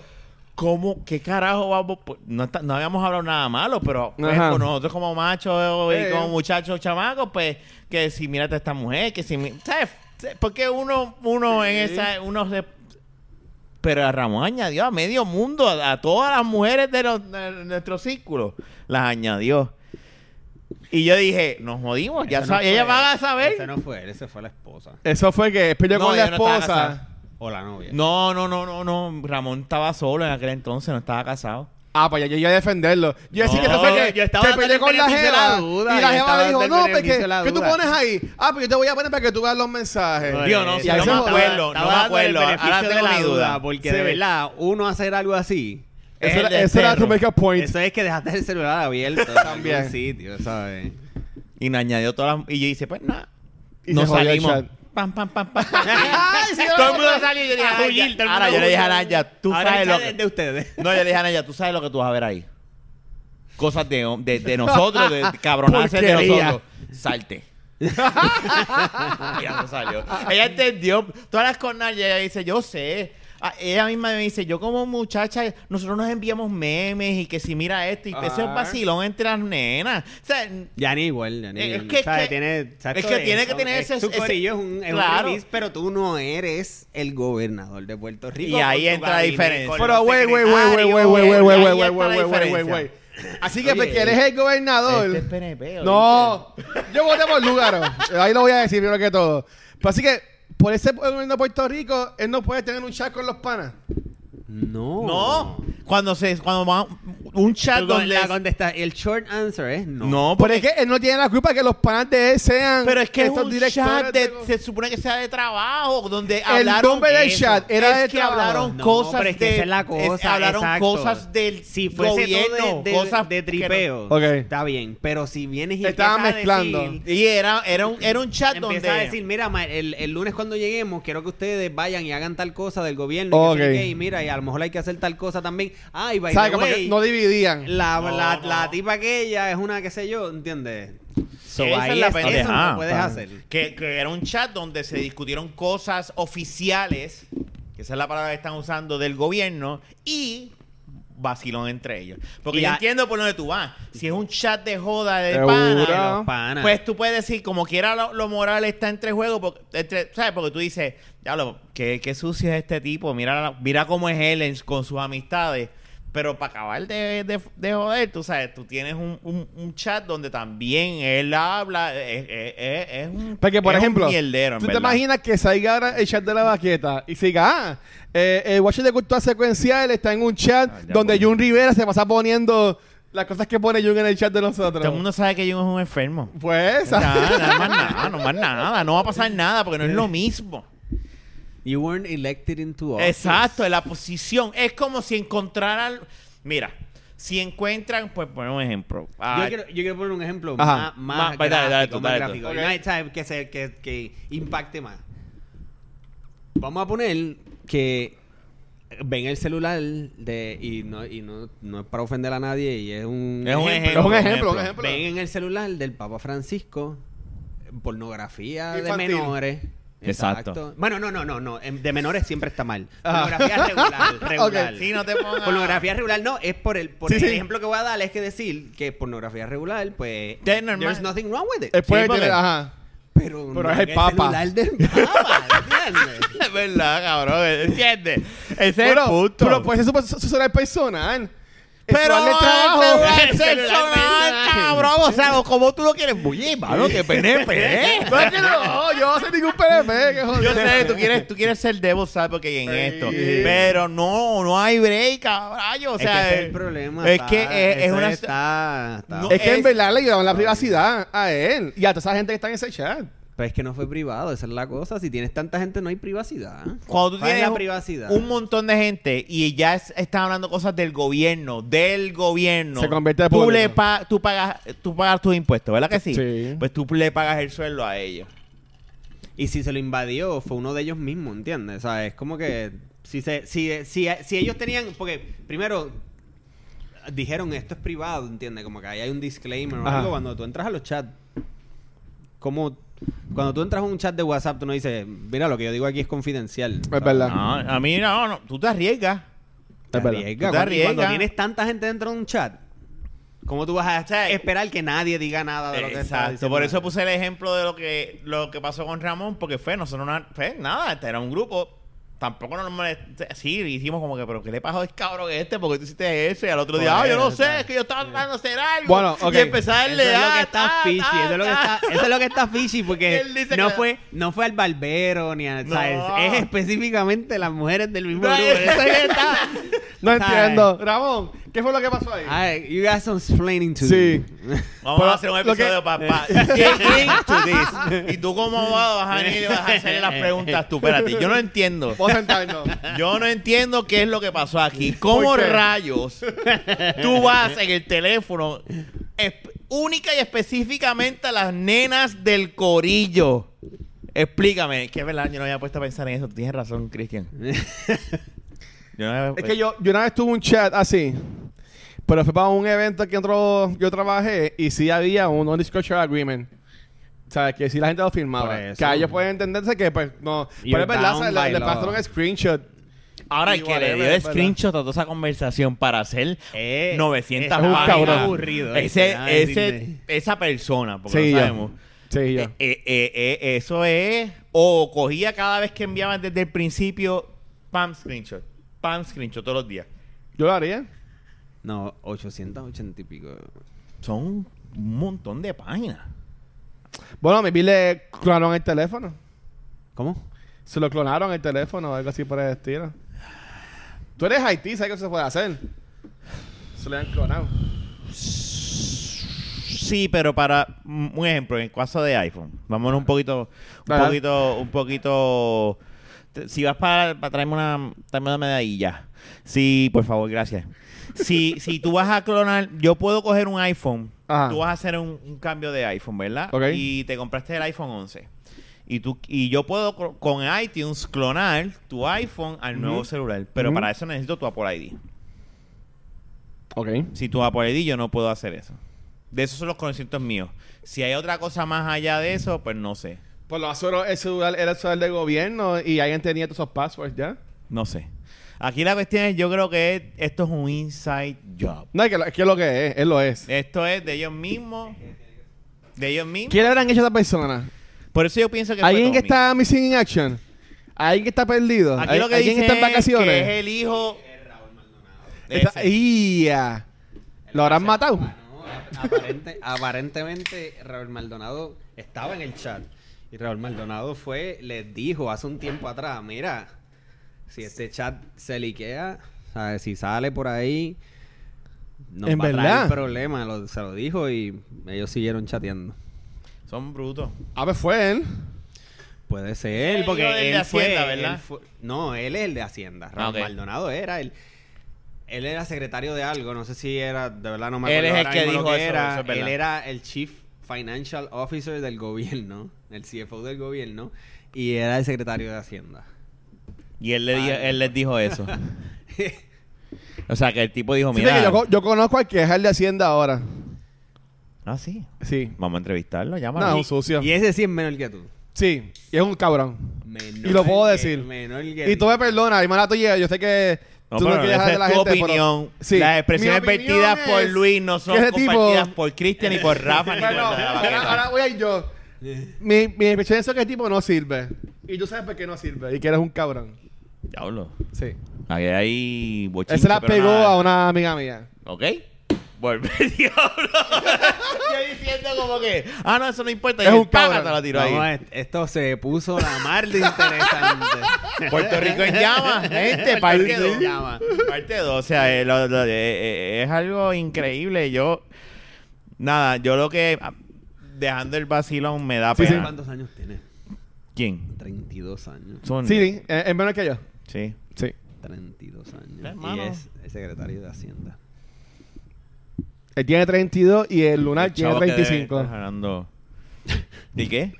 Speaker 1: ¿Cómo? ¿Qué carajo vamos? por-?" No, está- no habíamos hablado nada malo, pero pues,
Speaker 2: Ajá.
Speaker 1: con nosotros como machos y
Speaker 2: Sí.
Speaker 1: como muchachos chamacos, pues, que si mírate a esta mujer, que si... mi- ¿Sabes? Porque uno, uno en esa... Uno se- Pero a Ramón añadió a medio mundo, a, a todas las mujeres de, los- de nuestro círculo, las añadió. Y yo dije, nos jodimos, ya
Speaker 3: Ese no
Speaker 1: sab- ella
Speaker 3: fue
Speaker 1: va a
Speaker 3: él,
Speaker 1: saber.
Speaker 3: Ese no fue él, ese fue la esposa.
Speaker 2: Eso fue que peleó
Speaker 1: No,
Speaker 2: con la
Speaker 1: ella no estaba
Speaker 2: esposa.
Speaker 1: casada.
Speaker 3: O la novia.
Speaker 1: No, no, no, no, no. Ramón estaba solo en aquel entonces, no estaba casado.
Speaker 2: ah, pues ya yo iba a defenderlo. Yo decía
Speaker 1: No,
Speaker 2: que eso fue que,
Speaker 1: yo estaba
Speaker 2: que peleó
Speaker 1: dando el
Speaker 2: con la
Speaker 1: beneficio de
Speaker 2: jeva.
Speaker 1: la duda,
Speaker 2: y la
Speaker 1: yo
Speaker 2: jeva
Speaker 1: estaba
Speaker 2: dijo,
Speaker 1: dando
Speaker 2: no,
Speaker 1: el beneficio
Speaker 2: porque
Speaker 1: de la
Speaker 2: ¿qué tú
Speaker 1: duda".
Speaker 2: pones ahí? Ah, pues yo te voy a poner para que tú veas los mensajes.
Speaker 1: Dios, no
Speaker 3: Eh,
Speaker 1: sé,
Speaker 3: y ahí
Speaker 2: no
Speaker 3: se
Speaker 2: me
Speaker 3: fue.
Speaker 1: acuerdo,
Speaker 3: Estaba
Speaker 1: no me
Speaker 3: dando el
Speaker 1: acuerdo. Ahora
Speaker 3: beneficio
Speaker 1: tengo
Speaker 3: de la
Speaker 1: mi duda.
Speaker 3: Porque
Speaker 2: Sí.
Speaker 3: de verdad, uno hacer algo así.
Speaker 2: Eso,
Speaker 1: el
Speaker 2: era, eso era
Speaker 1: becerro.
Speaker 2: to make a point.
Speaker 3: Eso es que dejaste el celular abierto en
Speaker 2: También.
Speaker 3: algún sitio, ¿sabes?
Speaker 1: Y me añadió todas las... Y yo hice, pues nada.
Speaker 2: Y
Speaker 1: no
Speaker 2: se jodió el
Speaker 1: salimos.
Speaker 2: chat.
Speaker 1: Pam, pam, pam, pam.
Speaker 2: Ay, sí,
Speaker 1: todo el
Speaker 2: no,
Speaker 1: mundo Ah,
Speaker 2: no.
Speaker 1: salió y yo dije,
Speaker 3: A
Speaker 1: "Ay,
Speaker 3: huir,
Speaker 1: ya".
Speaker 3: todo el
Speaker 1: Ahora
Speaker 3: mundo
Speaker 1: yo le dije a
Speaker 3: huye.
Speaker 1: Naya, tú
Speaker 3: Ahora
Speaker 1: sabes
Speaker 3: el
Speaker 1: lo
Speaker 3: chat es
Speaker 1: que...
Speaker 3: de ustedes.
Speaker 1: No, yo le dije a Naya, tú sabes lo que tú vas a ver ahí. Cosas de, de, de nosotros, de cabronaces de
Speaker 2: Porquería.
Speaker 1: nosotros. Salte. Ella no salió. Ella entendió. Todas las con Naya, ella dice, yo sé. Ah, Ella misma me dice, yo como muchacha, nosotros nos enviamos memes y que si mira esto y que eso es
Speaker 3: Ajá.
Speaker 1: vacilón entre las nenas. O sea,
Speaker 3: Ya ni igual, ya ni
Speaker 1: Eh, es
Speaker 3: igual.
Speaker 1: que- es
Speaker 3: ¿Sabes?
Speaker 1: que-
Speaker 3: tiene,
Speaker 1: es que tiene que tener ese-
Speaker 3: Tu
Speaker 1: ese-
Speaker 3: corillo es un, es un
Speaker 1: claro.
Speaker 3: release, pero tú no eres el gobernador de Puerto Rico.
Speaker 1: Y ahí
Speaker 3: con tu
Speaker 1: entra la
Speaker 3: gabinete,
Speaker 1: diferencia.
Speaker 3: con
Speaker 2: Pero,
Speaker 3: los
Speaker 2: güey, güey, güey, güey,
Speaker 3: secretarios.
Speaker 2: güey, güey, güey,
Speaker 1: Ahí está
Speaker 2: güey, güey,
Speaker 1: la
Speaker 2: güey, güey, güey,
Speaker 1: diferencia.
Speaker 2: güey. Así que,
Speaker 3: Oye.
Speaker 2: porque él es el gobernador.
Speaker 1: este es PNP, ¿oíste?
Speaker 2: No, yo voté por Lugaro. Ahí lo voy a decir primero que todo. Pero así que, por ese gobierno de Puerto Rico, él no puede tener un chat con los panas.
Speaker 3: No.
Speaker 1: No. Cuando se cuando va un chat
Speaker 3: Tú con-
Speaker 1: donde
Speaker 3: la contesta- el short answer es no.
Speaker 1: no,
Speaker 2: Pero es que él no pues, tiene la culpa que los panas de él sean
Speaker 1: pero es que es
Speaker 2: estos
Speaker 1: un
Speaker 2: directores
Speaker 1: chat de-
Speaker 2: de-
Speaker 1: se supone que sea de trabajo donde
Speaker 2: El
Speaker 1: hablaron
Speaker 2: nombre del
Speaker 1: eso.
Speaker 2: chat era
Speaker 1: es
Speaker 2: de
Speaker 1: que
Speaker 2: trabajo.
Speaker 1: hablaron
Speaker 3: No,
Speaker 1: cosas
Speaker 3: pero es que
Speaker 1: de-
Speaker 3: esa es la cosa,
Speaker 1: es- hablaron
Speaker 3: exacto.
Speaker 1: cosas del
Speaker 3: si fuese
Speaker 1: gobierno,
Speaker 3: todo de, de-
Speaker 1: cosas
Speaker 3: de
Speaker 1: que no-
Speaker 3: tripeo,
Speaker 2: Ok.
Speaker 3: está bien, pero si vienes y
Speaker 2: Estaba
Speaker 3: empiezas a
Speaker 2: mezclando.
Speaker 3: decir-
Speaker 1: y era era un era un chat
Speaker 3: Empieza
Speaker 1: donde
Speaker 3: a decir, mira, ma- el, el lunes cuando lleguemos, quiero que ustedes vayan y hagan tal cosa del gobierno. Y, que sé
Speaker 2: Ok.
Speaker 3: qué, y mira, y a lo mejor hay que hacer tal cosa también. Ay, by
Speaker 2: ¿Sabes?
Speaker 3: the
Speaker 2: Como que
Speaker 3: way,
Speaker 2: no dividían.
Speaker 3: la,
Speaker 1: No,
Speaker 3: la,
Speaker 1: no.
Speaker 3: la tipa aquella es una, qué sé yo, ¿entiendes? So,
Speaker 1: Esa es
Speaker 3: ahí
Speaker 1: la
Speaker 3: es- eso
Speaker 1: pendeja.
Speaker 3: no lo puedes
Speaker 2: Ah.
Speaker 3: hacer.
Speaker 1: que, que era un chat donde se discutieron cosas oficiales, que esa es la palabra que están usando del gobierno, y vacilón entre ellos. Porque
Speaker 3: Y
Speaker 1: yo
Speaker 3: a-
Speaker 1: entiendo por dónde tú vas. Si es un chat de joda de
Speaker 2: Seguro.
Speaker 1: pana,
Speaker 3: Los panas.
Speaker 1: pues tú puedes decir, como quiera lo, lo moral está entre juego, porque, entre- ¿sabes? Porque tú dices, ya lo, qué, qué sucio es este tipo, mira, la- mira cómo es él en- con sus amistades. Pero para acabar de, de- de joder, tú sabes, tú tienes un, un- un chat donde también él habla, es, es- es- es un...
Speaker 2: Porque, por
Speaker 1: es un
Speaker 2: ejemplo,
Speaker 1: mierdero, en
Speaker 2: tú te
Speaker 1: verdad.
Speaker 2: imaginas que salga ahora el chat de la baqueta y siga, ah, eh, el watcher de cultura secuencial está en un chat
Speaker 1: Ah, ya
Speaker 2: donde
Speaker 1: pongo.
Speaker 2: Jun Rivera se pasa poniendo las cosas que pone Jun en el chat de nosotros.
Speaker 1: Todo el mundo sabe que yo es un enfermo.
Speaker 2: Pues,
Speaker 1: Nada, nada más nada, no más nada. No va a pasar nada porque no es lo mismo.
Speaker 3: You weren't elected into office.
Speaker 1: Exacto, en la posición. Es como si encontraran. Mira, si encuentran, pues ponemos un ejemplo.
Speaker 3: Yo
Speaker 1: Ah,
Speaker 3: quiero, yo quiero poner un ejemplo
Speaker 2: Ajá.
Speaker 3: más, más
Speaker 1: Ma- pues dale, dale
Speaker 3: gráfico,
Speaker 1: tú,
Speaker 3: más
Speaker 1: dale tú.
Speaker 3: gráfico. Y más, ¿sabes? Que, se- que- que impacte más. Vamos a poner que ven el celular de y no, y no, no es para ofender a nadie y es un
Speaker 1: es un ejemplo.
Speaker 2: Es un ejemplo, un ejemplo.
Speaker 3: Ven en el celular del Papa Francisco eh, pornografía
Speaker 2: Infantil.
Speaker 3: de menores.
Speaker 1: Exacto.
Speaker 3: Bueno, no, no, no, no. em, De menores siempre está mal.
Speaker 2: Ajá.
Speaker 3: Pornografía regular, regular.
Speaker 2: Ah. Ok.
Speaker 1: Sí, no te pongas.
Speaker 3: Pornografía regular no, es por el, por
Speaker 2: Sí,
Speaker 3: el
Speaker 2: sí.
Speaker 3: ejemplo que voy a dar, es que decir que pornografía regular, pues
Speaker 1: Ya es normal.
Speaker 3: there's nothing wrong with it.
Speaker 2: Él puede
Speaker 1: Sí, porque-
Speaker 2: tener, ajá.
Speaker 3: Pero,
Speaker 2: Pero
Speaker 3: no
Speaker 2: es el
Speaker 3: en
Speaker 2: Papa.
Speaker 3: celular del Papa, ¿entiendes?
Speaker 1: Es verdad, cabrón. ¿Entiendes? Ese es el
Speaker 2: Bueno,
Speaker 1: punto.
Speaker 2: Pero puede ser su, su, su celular personal.
Speaker 1: Pero
Speaker 2: Eso darle
Speaker 1: el
Speaker 2: trabajo.
Speaker 1: celular
Speaker 3: El celular
Speaker 1: personal,
Speaker 3: personal.
Speaker 1: cabrón. O sea, o como tú lo quieres bullir, mano, que PNP. ¿eh?
Speaker 2: No, es que no, yo no soy ningún PNP, que joder.
Speaker 1: Yo sé, tú quieres, tú quieres ser devil's advocate en esto.
Speaker 2: Sí.
Speaker 1: Pero no, no hay break, cabrón. O sea,
Speaker 3: es que ese es el problema.
Speaker 1: Es
Speaker 3: está-
Speaker 1: que es, es
Speaker 3: eso
Speaker 1: una.
Speaker 3: Está, está-
Speaker 1: No,
Speaker 2: Es que en
Speaker 1: Es-
Speaker 2: verdad le llevaban la privacidad a él y a toda esa gente que está en ese chat.
Speaker 3: Pero pues es que no fue privado, esa es la cosa. Si tienes tanta gente, no hay privacidad.
Speaker 1: Cuando tú
Speaker 3: ¿Cuál es
Speaker 1: tienes
Speaker 3: la
Speaker 1: un-
Speaker 3: privacidad?
Speaker 1: un montón de gente y ya es- están hablando cosas del gobierno, del gobierno.
Speaker 2: Se convierte en
Speaker 1: tú
Speaker 2: público.
Speaker 1: le pa- tú pagas tú pagas tus impuestos, ¿verdad que sí?
Speaker 2: Sí.
Speaker 1: Pues tú le pagas el sueldo a ellos.
Speaker 3: Y si se lo invadió, fue uno de ellos mismos, ¿entiendes? O sea, es como que si, se, si, si, si ellos tenían, porque primero dijeron esto es privado, ¿entiendes? Como que ahí hay un disclaimer o
Speaker 2: Ajá.
Speaker 3: algo cuando tú entras a los chats. Como cuando tú entras a un chat de WhatsApp, tú no dices, mira, lo que yo digo aquí es confidencial.
Speaker 2: Es verdad.
Speaker 1: No, a mí no, no, tú te arriesgas.
Speaker 3: Te
Speaker 2: Es verdad.
Speaker 3: arriesgas.
Speaker 1: Tú te
Speaker 3: Cuando- y Cuando
Speaker 1: arriesgas.
Speaker 3: tienes tanta gente dentro de un chat, ¿cómo tú vas a esperar que nadie diga nada de lo que está
Speaker 1: Exacto,
Speaker 3: diciendo?
Speaker 1: por eso puse el ejemplo de lo que lo que pasó con Ramón, porque fue, nosotros no, fue nada, este era un grupo, tampoco nos molesté, sí, hicimos como que, pero ¿qué le pasó a este cabrón este? Porque tú hiciste eso y al otro día,
Speaker 3: Por
Speaker 1: ah, yo no
Speaker 3: eso,
Speaker 1: sé,
Speaker 3: está.
Speaker 1: es que yo estaba tratando de hacer algo
Speaker 2: Bueno, ok.
Speaker 1: y empezarle
Speaker 3: Eso es lo
Speaker 1: ah,
Speaker 3: que está
Speaker 1: ah,
Speaker 3: fishy,
Speaker 1: ah,
Speaker 3: eso es lo que
Speaker 1: ah.
Speaker 3: está, eso es lo que está fishy porque
Speaker 1: Él dice
Speaker 3: no
Speaker 1: que-
Speaker 3: fue no fue al barbero ni a,
Speaker 1: No.
Speaker 3: ¿sabes? es específicamente las mujeres del mismo
Speaker 1: No,
Speaker 3: grupo.
Speaker 1: eso es que está-
Speaker 2: No
Speaker 3: ¿Sabes?
Speaker 2: entiendo. Ramón, ¿qué fue lo que pasó ahí?
Speaker 3: Ay, you got some explaining to
Speaker 2: Sí.
Speaker 3: do.
Speaker 1: Vamos
Speaker 2: Pero
Speaker 1: a hacer un
Speaker 2: lo que-
Speaker 1: episodio papá. Y tú como abogado vas a venir y vas a hacer las preguntas tú. Espérate, yo no entiendo.
Speaker 2: Vamos a sentarnos.
Speaker 1: Yo no entiendo qué es lo que pasó aquí. ¿Cómo
Speaker 2: ¿Por qué?
Speaker 1: rayos tú vas en el teléfono esp- única y específicamente a las nenas del corillo? Explícame. Es que es verdad, yo no había puesto a pensar en eso. Tú tienes razón, Cristian. Yo no había-
Speaker 2: Es que yo, yo una vez tuve un chat así, pero fue para un evento que otro, yo trabajé y sí había un non-disclosure agreement. O sea, que sí la gente lo firmaba.
Speaker 3: Por eso.
Speaker 2: Que ellos pueden entenderse que, pues, no.
Speaker 3: You're
Speaker 2: Pero es verdad,
Speaker 3: bound
Speaker 2: ¿sabes? le,
Speaker 3: by
Speaker 2: le
Speaker 3: law.
Speaker 2: pasaron un screenshot.
Speaker 1: Ahora, el que
Speaker 2: Igual,
Speaker 1: le
Speaker 2: es
Speaker 1: dio
Speaker 2: verdad,
Speaker 1: el
Speaker 2: es verdad.
Speaker 1: screenshot a toda esa conversación para hacer
Speaker 3: Eh,
Speaker 1: 900
Speaker 3: es un
Speaker 1: páginas.
Speaker 2: cabrón.
Speaker 3: aburrido,
Speaker 1: Ese,
Speaker 3: este, ah,
Speaker 1: ese,
Speaker 3: decirme.
Speaker 1: esa persona, porque
Speaker 2: Sí,
Speaker 1: lo
Speaker 2: yo.
Speaker 1: sabemos.
Speaker 2: Sí, yo.
Speaker 1: Eh, eh, eh, eh, eso es. O cogía cada vez que enviaban desde el principio, pam, screenshot. Pam, screenshot todos los días.
Speaker 2: Yo lo haría.
Speaker 3: No, 880 y pico.
Speaker 1: Son un montón de páginas.
Speaker 2: Bueno, mi le clonaron el teléfono.
Speaker 3: ¿Cómo?
Speaker 2: Se lo clonaron el teléfono o algo así por el estilo. Tú eres Haití, ¿sabes qué se puede hacer? Se le han clonado.
Speaker 1: Sí, pero para mm, un ejemplo, en el caso de iPhone, vámonos un poquito, un
Speaker 2: Ajá.
Speaker 1: poquito, un poquito. te- Si vas para, para traerme una, tráeme una medallilla. Sí, por favor, gracias. Si, si tú vas a clonar, yo puedo coger un iPhone.
Speaker 2: Ajá.
Speaker 1: Tú vas a hacer un, un cambio de iPhone, ¿verdad?
Speaker 2: Ok.
Speaker 1: Y te compraste el iPhone 11. Y, tú, y yo puedo cro- con iTunes clonar tu iPhone al nuevo celular. Pero
Speaker 2: Ujú.
Speaker 1: para eso necesito tu Apple ID.
Speaker 2: Ok.
Speaker 1: Si tú vas por ID, yo no puedo hacer eso. De esos son los conocimientos míos. Si hay otra cosa más allá de eso, pues no sé.
Speaker 2: Por lo menos el celular era el celular del gobierno y alguien tenía todos esos passwords ya.
Speaker 1: No sé. Aquí la cuestión es, yo creo que es- esto es un inside job.
Speaker 2: No, es que, lo, es que lo que es, él lo es.
Speaker 1: Esto es de ellos mismos. De ellos mismos.
Speaker 2: ¿Qué le habrán hecho a esa persona?
Speaker 1: Por eso yo pienso que fue
Speaker 2: ¿Alguien que
Speaker 1: Tommy.
Speaker 2: está missing in action? ¿Alguien que está perdido?
Speaker 1: Aquí lo que dicen
Speaker 2: ¿Alguien que está en vacaciones?
Speaker 1: es que es el hijo...
Speaker 2: Está-
Speaker 1: Ese.
Speaker 2: ¡Ia! ¿Lo habrán matado?
Speaker 3: No, aparente- aparentemente Raúl Maldonado estaba en el chat. Y Raúl Maldonado fue, les dijo hace un tiempo atrás, mira, si este chat se liquea, ¿sabes? si sale por ahí, no
Speaker 2: En
Speaker 3: va a
Speaker 2: verdad.
Speaker 3: traer problema. Lo- se lo dijo y ellos siguieron chateando.
Speaker 2: Ah, pues
Speaker 1: Son brutos.
Speaker 2: A ver, fue él.
Speaker 3: Puede ser,
Speaker 1: Él
Speaker 3: porque
Speaker 1: era el
Speaker 3: él,
Speaker 1: de
Speaker 3: fue,
Speaker 1: Hacienda,
Speaker 3: él
Speaker 1: ¿verdad?
Speaker 3: fue- No, él es el de Hacienda. Raúl
Speaker 1: ok.
Speaker 3: Maldonado era el... Él era secretario de algo, no sé si era, de verdad no me
Speaker 1: Él
Speaker 3: acuerdo.
Speaker 1: es el
Speaker 3: ahora
Speaker 1: que
Speaker 3: mismo lo
Speaker 1: dijo eso,
Speaker 3: era.
Speaker 1: eso es
Speaker 3: él
Speaker 1: verdad.
Speaker 3: era el Chief Financial Officer del gobierno, el CFO del gobierno, y era el secretario de Hacienda.
Speaker 1: Y él, le di-
Speaker 3: Ay.
Speaker 1: él les dijo eso. o sea, que el tipo dijo,
Speaker 2: Sí, de
Speaker 1: mira...
Speaker 2: que yo, yo conozco al que es el de Hacienda ahora.
Speaker 1: Ah, sí.
Speaker 2: Sí.
Speaker 1: Vamos a entrevistarlo, llámalo.
Speaker 2: No,
Speaker 1: Y-
Speaker 2: un sucio.
Speaker 3: Y ese sí es menor que tú.
Speaker 2: Sí, y es un cabrón.
Speaker 3: Menor
Speaker 2: Y lo puedo
Speaker 3: que-
Speaker 2: decir.
Speaker 3: menor que
Speaker 2: Y tú me perdonas, hermana tuya, yo sé que
Speaker 1: No,
Speaker 2: tú no
Speaker 1: pero
Speaker 2: quieres
Speaker 1: esa
Speaker 2: dejar de la
Speaker 1: es tu
Speaker 2: gente. pero-
Speaker 1: opinión.
Speaker 2: Sí.
Speaker 1: Las expresiones
Speaker 2: Mi opinión
Speaker 1: vertidas por
Speaker 2: es
Speaker 1: Luis no
Speaker 2: que
Speaker 1: son
Speaker 2: ese tipo-
Speaker 1: compartidas por Cristian ni por Rafa ni por
Speaker 2: Bueno,
Speaker 1: la
Speaker 2: ahora,
Speaker 1: vaqueta.
Speaker 2: ahora voy a ir yo. Mi, mi impresión es que el tipo no sirve. Y tú sabes por qué no sirve. Y que eres un cabrón.
Speaker 1: Diablo.
Speaker 2: Sí.
Speaker 1: Ahí hay bochinche,
Speaker 2: Él se la
Speaker 1: pero
Speaker 2: pegó
Speaker 1: nada.
Speaker 2: a una amiga mía.
Speaker 1: ¿Ok? Vuelve, diablo. Yo diciendo como que... Ah, no, eso no importa. Y
Speaker 2: Es
Speaker 1: él,
Speaker 2: un
Speaker 1: ¡paca!
Speaker 2: cabrón.
Speaker 1: Te la tiró
Speaker 3: Vamos,
Speaker 1: ahí.
Speaker 3: est- esto se puso la mar de
Speaker 2: este.
Speaker 3: interesante.
Speaker 1: Puerto Rico en llamas, gente.
Speaker 3: Puerto
Speaker 1: Parte
Speaker 3: Rico en
Speaker 1: 2.
Speaker 3: llamas.
Speaker 1: Parte 2. O sea, eh, lo- lo- eh, eh, es algo increíble. Yo... Nada, yo lo que... ah, Dejando el vacilón me da
Speaker 2: Sí, sí.
Speaker 1: pena.
Speaker 3: ¿Cuántos años tienes?
Speaker 1: ¿Quién?
Speaker 3: 32 años.
Speaker 1: Son...
Speaker 2: Sí, sí, es es menos que yo.
Speaker 1: Sí.
Speaker 2: Sí.
Speaker 3: 32 años. Y
Speaker 1: Hermano.
Speaker 3: es el secretario de Hacienda.
Speaker 2: Él tiene 32 y el lunar
Speaker 1: El
Speaker 2: tiene
Speaker 1: chavo que debe estar
Speaker 2: 35.
Speaker 1: jalando. ¿Y qué?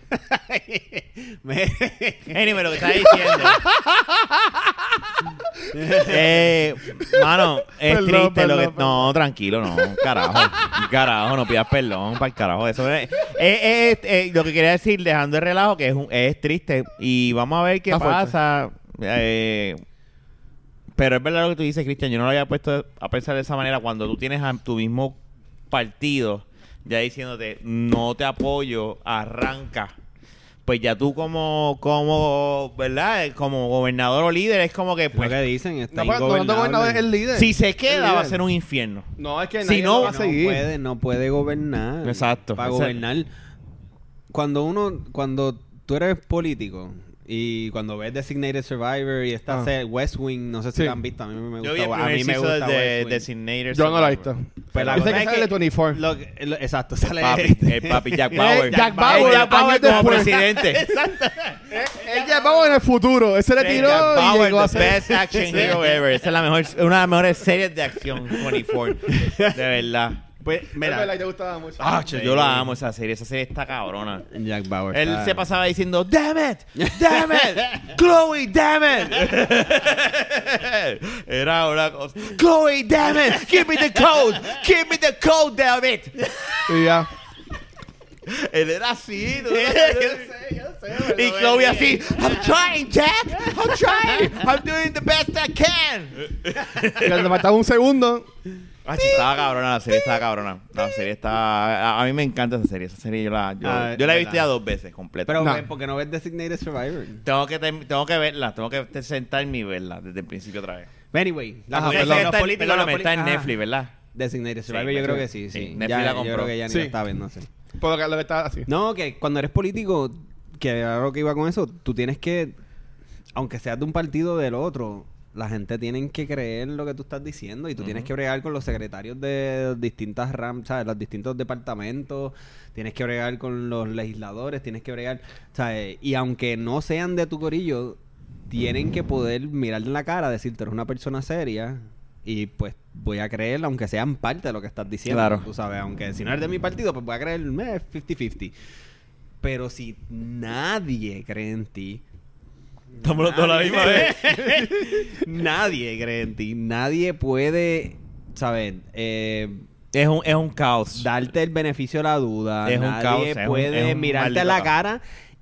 Speaker 3: Me-
Speaker 1: Anyway, lo que estás diciendo. eh, mano, es
Speaker 2: Perdón,
Speaker 1: triste lo que.
Speaker 2: perdón,
Speaker 1: No, tranquilo, no. Carajo. Carajo, no pidas perdón para el carajo. Eso es, eh, es- es- es eh, lo que quería decir, dejando el relajo, que es, un- es triste. Y vamos a ver qué
Speaker 2: Está fuerte.
Speaker 1: pasa. Eh, pero es verdad lo que tú dices, Cristian. Yo no lo había puesto a pensar de esa manera cuando tú tienes a tu mismo partido ya diciéndote no te apoyo, arranca. Pues ya tú como, como, ¿verdad? Eh, Como gobernador o líder es como que,
Speaker 3: Lo
Speaker 1: pues,
Speaker 3: que dicen está
Speaker 2: No, pero no, no, gobernador es el líder.
Speaker 1: si se queda
Speaker 2: El
Speaker 1: va a
Speaker 2: líder.
Speaker 1: ser un infierno.
Speaker 2: No, es que
Speaker 1: Si
Speaker 2: nadie
Speaker 1: no-
Speaker 2: lo va
Speaker 3: no
Speaker 2: a seguir.
Speaker 3: puede, no puede gobernar.
Speaker 1: Exacto.
Speaker 3: Para
Speaker 1: Ese-
Speaker 3: gobernar. Cuando uno, cuando tú eres político y cuando ves Designated Survivor y esta
Speaker 2: Ah.
Speaker 3: se- West Wing, no sé si
Speaker 2: Sí.
Speaker 3: la han visto, a mí me gusta.
Speaker 1: Yo vi el
Speaker 3: a
Speaker 1: primer
Speaker 3: mí me
Speaker 1: season
Speaker 3: gusta
Speaker 1: de
Speaker 3: West Wing.
Speaker 1: Designator
Speaker 2: Yo no lo he
Speaker 1: Survivor.
Speaker 2: visto.
Speaker 3: Pero la
Speaker 2: Yo sé
Speaker 3: cosa
Speaker 2: que
Speaker 3: es
Speaker 2: sale
Speaker 3: que-
Speaker 2: de 24.
Speaker 3: lo que- lo- exacto, sale
Speaker 1: El papi, el papi Jack Bauer.
Speaker 2: Jack Bauer,
Speaker 1: El Jack Bauer
Speaker 2: años
Speaker 1: como
Speaker 2: después.
Speaker 1: presidente.
Speaker 2: Ella vamos en el futuro. Ese le
Speaker 1: Jack
Speaker 2: tiró y
Speaker 1: Bauer,
Speaker 2: llegó a
Speaker 1: the
Speaker 2: ser.
Speaker 1: best action hero ever. Esa es la mejor, una de las mejores series de acción 24. De verdad.
Speaker 3: Pues,
Speaker 2: Es verdad,
Speaker 3: mira.
Speaker 2: te gustaba mucho.
Speaker 1: Ah, che, yo la amo esa serie. Esa serie está cabrona.
Speaker 3: Jack Bauer.
Speaker 1: Él
Speaker 3: está-
Speaker 1: se pasaba diciendo, damn it, damn it, Chloe, damn it. Era una cosa. Chloe, damn it, give me the code, give me the code, damn it.
Speaker 2: Y ya.
Speaker 1: Él era así. ¿no?
Speaker 2: Y
Speaker 1: y Chloe así, I'm trying, Jack, I'm trying, I'm doing the best I can.
Speaker 2: le faltaba un segundo.
Speaker 1: Ah, sí, estaba cabrona, la serie estaba cabrona. La serie está... A, a mí me encanta esa serie. Esa serie yo la, yo,
Speaker 3: Ah,
Speaker 1: yo la he
Speaker 3: verdad.
Speaker 1: visto ya dos veces completa.
Speaker 3: Pero,
Speaker 2: No.
Speaker 3: güey, ¿por qué no ves Designated Survivor?
Speaker 1: Tengo que, term- tengo que verla, tengo que te- sentarme y verla desde el principio otra vez.
Speaker 3: Anyway, la
Speaker 2: Ajá,
Speaker 3: cosa es
Speaker 2: perdón.
Speaker 3: que los
Speaker 1: está, en-
Speaker 3: políticos-
Speaker 1: perdóname,
Speaker 3: los
Speaker 1: está en
Speaker 3: políticos- ajá.
Speaker 1: Netflix, ¿verdad?
Speaker 3: Designated Survivor,
Speaker 1: Sí,
Speaker 3: yo creo
Speaker 1: sí.
Speaker 3: que sí, sí.
Speaker 1: Sí, Netflix
Speaker 3: Ya-
Speaker 1: la
Speaker 3: Yo
Speaker 1: compró.
Speaker 3: creo que ya ni
Speaker 2: Sí.
Speaker 3: la está viendo, sí.
Speaker 2: Por lo que, lo que estaba así.
Speaker 3: No, que cuando eres político, que era lo que iba con eso, tú tienes que, aunque seas de un partido o del otro, la gente tiene que creer lo que tú estás diciendo y tú tienes
Speaker 1: Ujú.
Speaker 3: que bregar con los secretarios de distintas RAM, ¿sabes? Los distintos departamentos, tienes que bregar con los legisladores, tienes que bregar, ¿sabes? Y aunque no sean de tu corillo, tienen que poder mirarle en la cara, decirte, eres una persona seria y pues voy a creer, aunque sean parte de lo que estás diciendo,
Speaker 1: Claro.
Speaker 3: tú sabes, aunque si no eres de mi partido, pues voy a creer eh, 50-50. Pero si nadie cree en ti,
Speaker 1: Estamos
Speaker 3: los dos a la misma nadie cree en ti, nadie puede, ¿sabes? Eh,
Speaker 1: Es un, es un caos.
Speaker 3: darte el beneficio de la duda.
Speaker 1: Es un
Speaker 3: nadie
Speaker 1: caos, es un-
Speaker 3: puede
Speaker 1: es un
Speaker 3: mirarte
Speaker 1: maldito
Speaker 3: a la
Speaker 1: caos.
Speaker 3: cara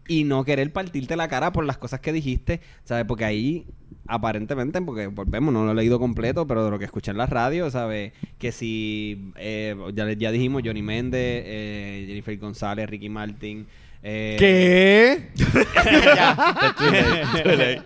Speaker 3: y no querer partirte la cara por las cosas que dijiste, ¿sabes? Porque ahí, aparentemente, porque volvemos, no lo he leído completo, pero de lo que escuché en la radio, ¿sabes? Que si, eh, ya, ya dijimos, Johnny Méndez, eh, Jennifer González, Ricky Martin. eh,
Speaker 2: ¿Qué?
Speaker 1: Ya, too late, too late.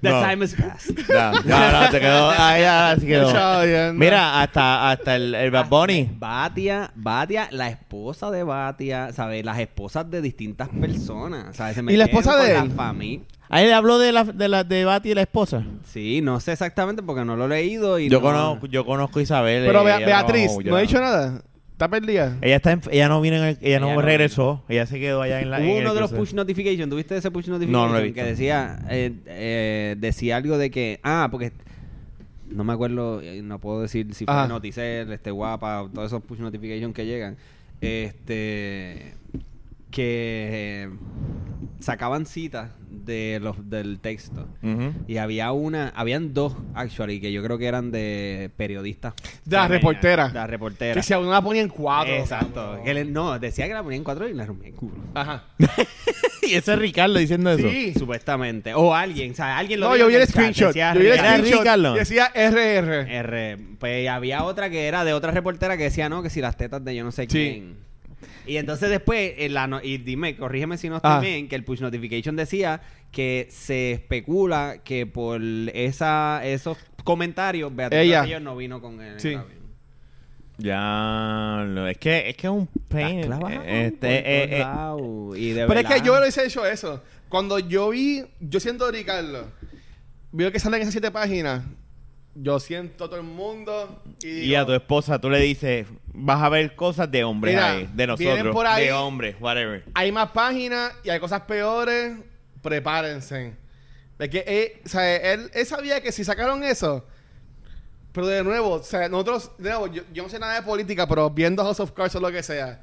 Speaker 3: The
Speaker 1: No.
Speaker 3: time is past.
Speaker 1: No, no, no, te quedó. Ahí ya se
Speaker 2: Chao, ya,
Speaker 1: quedó.
Speaker 2: no.
Speaker 1: Mira, hasta, hasta el, el Bad Bunny.
Speaker 3: Batia, Batia, la esposa de Batia, ¿sabes? Las esposas de distintas personas, ¿sabes? Se
Speaker 2: ¿Y la esposa
Speaker 3: metieron
Speaker 2: de
Speaker 3: con
Speaker 2: él?
Speaker 3: La familia.
Speaker 1: Ahí le habló de la, de la de Bati y la esposa.
Speaker 3: Sí, no sé exactamente porque no lo he leído y
Speaker 1: Yo
Speaker 3: no-
Speaker 1: conozco, yo conozco a Isabel.
Speaker 2: Pero
Speaker 1: eh,
Speaker 2: Bea-
Speaker 1: ella
Speaker 2: Beatriz,
Speaker 1: no- yo
Speaker 2: ¿no ha
Speaker 1: no-
Speaker 2: dicho nada? ¿Está perdida?
Speaker 1: Ella, está en- ella no vino, en el- ella,
Speaker 3: Ella
Speaker 1: no,
Speaker 3: no
Speaker 1: regresó. Ella se quedó allá en la. en
Speaker 3: Hubo
Speaker 1: el
Speaker 3: uno de los
Speaker 1: crucero.
Speaker 3: push notification, ¿tuviste ese push
Speaker 1: No,
Speaker 3: notification?
Speaker 1: no lo he visto.
Speaker 3: Que decía, eh, eh, decía algo de que, ah, porque no me acuerdo, eh, no puedo decir si fue
Speaker 2: Ajá.
Speaker 3: Noticel, este Guapa, todos esos push notification que llegan, este, que eh, sacaban citas de los, del texto.
Speaker 1: Ujú.
Speaker 3: Y había una, habían dos, actually, que yo creo que eran de periodistas.
Speaker 2: De las
Speaker 3: femeninas,
Speaker 2: reporteras.
Speaker 3: De las
Speaker 2: Que
Speaker 3: reporteras.
Speaker 2: si a uno la ponía en cuatro.
Speaker 3: Exacto.
Speaker 2: cabrón.
Speaker 3: Que le- no, decía que la ponían en cuatro y la rompían en culo.
Speaker 2: Ajá.
Speaker 1: y ese es Ricardo diciendo eso.
Speaker 2: Sí.
Speaker 3: Supuestamente. O alguien, o sea, alguien lo
Speaker 2: No,
Speaker 3: dijo
Speaker 2: yo vi
Speaker 3: en
Speaker 2: el
Speaker 3: chat,
Speaker 2: screenshot.
Speaker 3: decía Eh,
Speaker 2: Yo vi el
Speaker 1: Era
Speaker 3: Ricardo
Speaker 2: screenshot.
Speaker 1: Ricardo.
Speaker 2: Decía RR.
Speaker 3: R. Pues había otra que era de otra reportera que decía, no, que si las tetas de yo no sé quién. Y entonces después, en la no- y dime, corrígeme si no estoy
Speaker 2: Ah.
Speaker 3: bien, que el push notification decía que se especula que por esa esos comentarios Beatriz
Speaker 2: Ella.
Speaker 3: Rosselló no vino con él. en
Speaker 2: Sí.
Speaker 3: el avión.
Speaker 1: Ya, lo- es que es que es un pain.
Speaker 3: Estás clavado
Speaker 1: Eh, este,
Speaker 3: por
Speaker 1: eh,
Speaker 3: todos
Speaker 1: eh,
Speaker 3: lados, y de
Speaker 2: Pero es que
Speaker 3: verdad.
Speaker 2: yo hubiese hecho eso. Cuando yo vi, yo siento a Ricardo, veo que salen esas siete páginas, yo siento a todo el mundo y
Speaker 1: y
Speaker 2: digo,
Speaker 1: a tu esposa tú le dices, vas a ver cosas de hombres
Speaker 2: Mira,
Speaker 1: ahí, de
Speaker 2: vienen
Speaker 1: nosotros,
Speaker 2: por ahí.
Speaker 1: de hombres, whatever.
Speaker 2: hay más páginas y hay cosas peores, prepárense. De que él, o sea, él, él sabía que si sacaron eso, pero de nuevo, o sea, nosotros, de nuevo, yo, yo no sé nada de política, pero viendo House of Cards o lo que sea,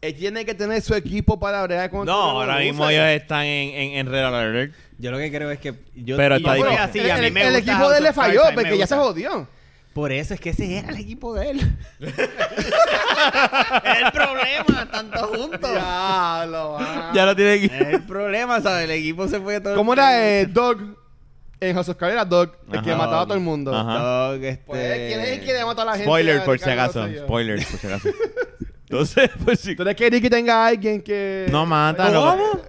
Speaker 2: él tiene que tener su equipo para bregar con
Speaker 1: No, ahora mismo ellos están en, en, en Red Alert.
Speaker 3: Yo lo que creo es que yo
Speaker 1: Pero
Speaker 3: y
Speaker 1: está
Speaker 3: yo
Speaker 2: Pero
Speaker 3: creo
Speaker 1: difícil.
Speaker 2: el,
Speaker 3: así, a mí
Speaker 2: el-
Speaker 3: me
Speaker 2: el
Speaker 3: gusta
Speaker 2: equipo
Speaker 3: House
Speaker 2: de él le
Speaker 3: of Cards,
Speaker 2: falló
Speaker 3: a mí me
Speaker 2: porque ya se
Speaker 3: gusta.
Speaker 2: jodió.
Speaker 3: Por eso es que ese era el equipo de él. es el problema, tanto juntos.
Speaker 2: Diablo, ah.
Speaker 1: Ya lo tienen
Speaker 3: Es el problema, ¿sabes? El equipo se fue todo.
Speaker 2: ¿Cómo era eh, Doug? En House of Cards era Doug, el que
Speaker 1: Ajá.
Speaker 2: mataba a todo el mundo.
Speaker 1: Ajá.
Speaker 3: Dog, este...
Speaker 2: Pues, ¿quién es el que le mata a la gente?
Speaker 1: Spoiler por si
Speaker 2: Ricardo
Speaker 1: acaso.
Speaker 2: Rosselló.
Speaker 1: Spoiler por si acaso. Entonces, pues sí.
Speaker 2: ¿Tú no quieres que tenga a alguien que...?
Speaker 1: No mata, lo-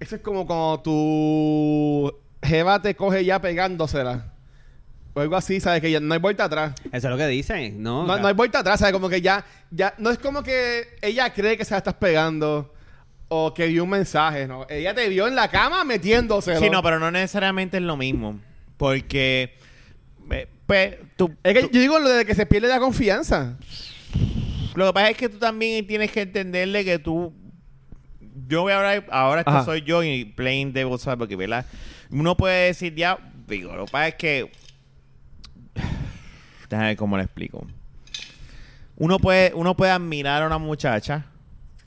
Speaker 2: Eso es como cuando tu jeva te coge ya pegándosela. O algo así, ¿sabes? Que ya no hay vuelta atrás.
Speaker 3: Eso es lo que dicen, ¿no?
Speaker 2: No, no hay vuelta atrás, ¿sabes? Como que ya, ya... No es como que ella cree que se la estás pegando o que vio un mensaje, ¿no? Ella te vio en la cama metiéndoselo.
Speaker 1: sí, no, pero no necesariamente es lo mismo. Porque, eh, pues, tú,
Speaker 2: Es que
Speaker 1: tú-
Speaker 2: yo digo lo de que se pierde la confianza.
Speaker 1: lo que pasa es que tú también tienes que entenderle que tú, yo voy a hablar, ahora esto
Speaker 2: Ajá.
Speaker 1: soy yo y plain devil's porque, ¿verdad? Uno puede decir ya, digo, lo que pasa es que, déjame ver cómo lo explico. Uno puede, uno puede admirar a una muchacha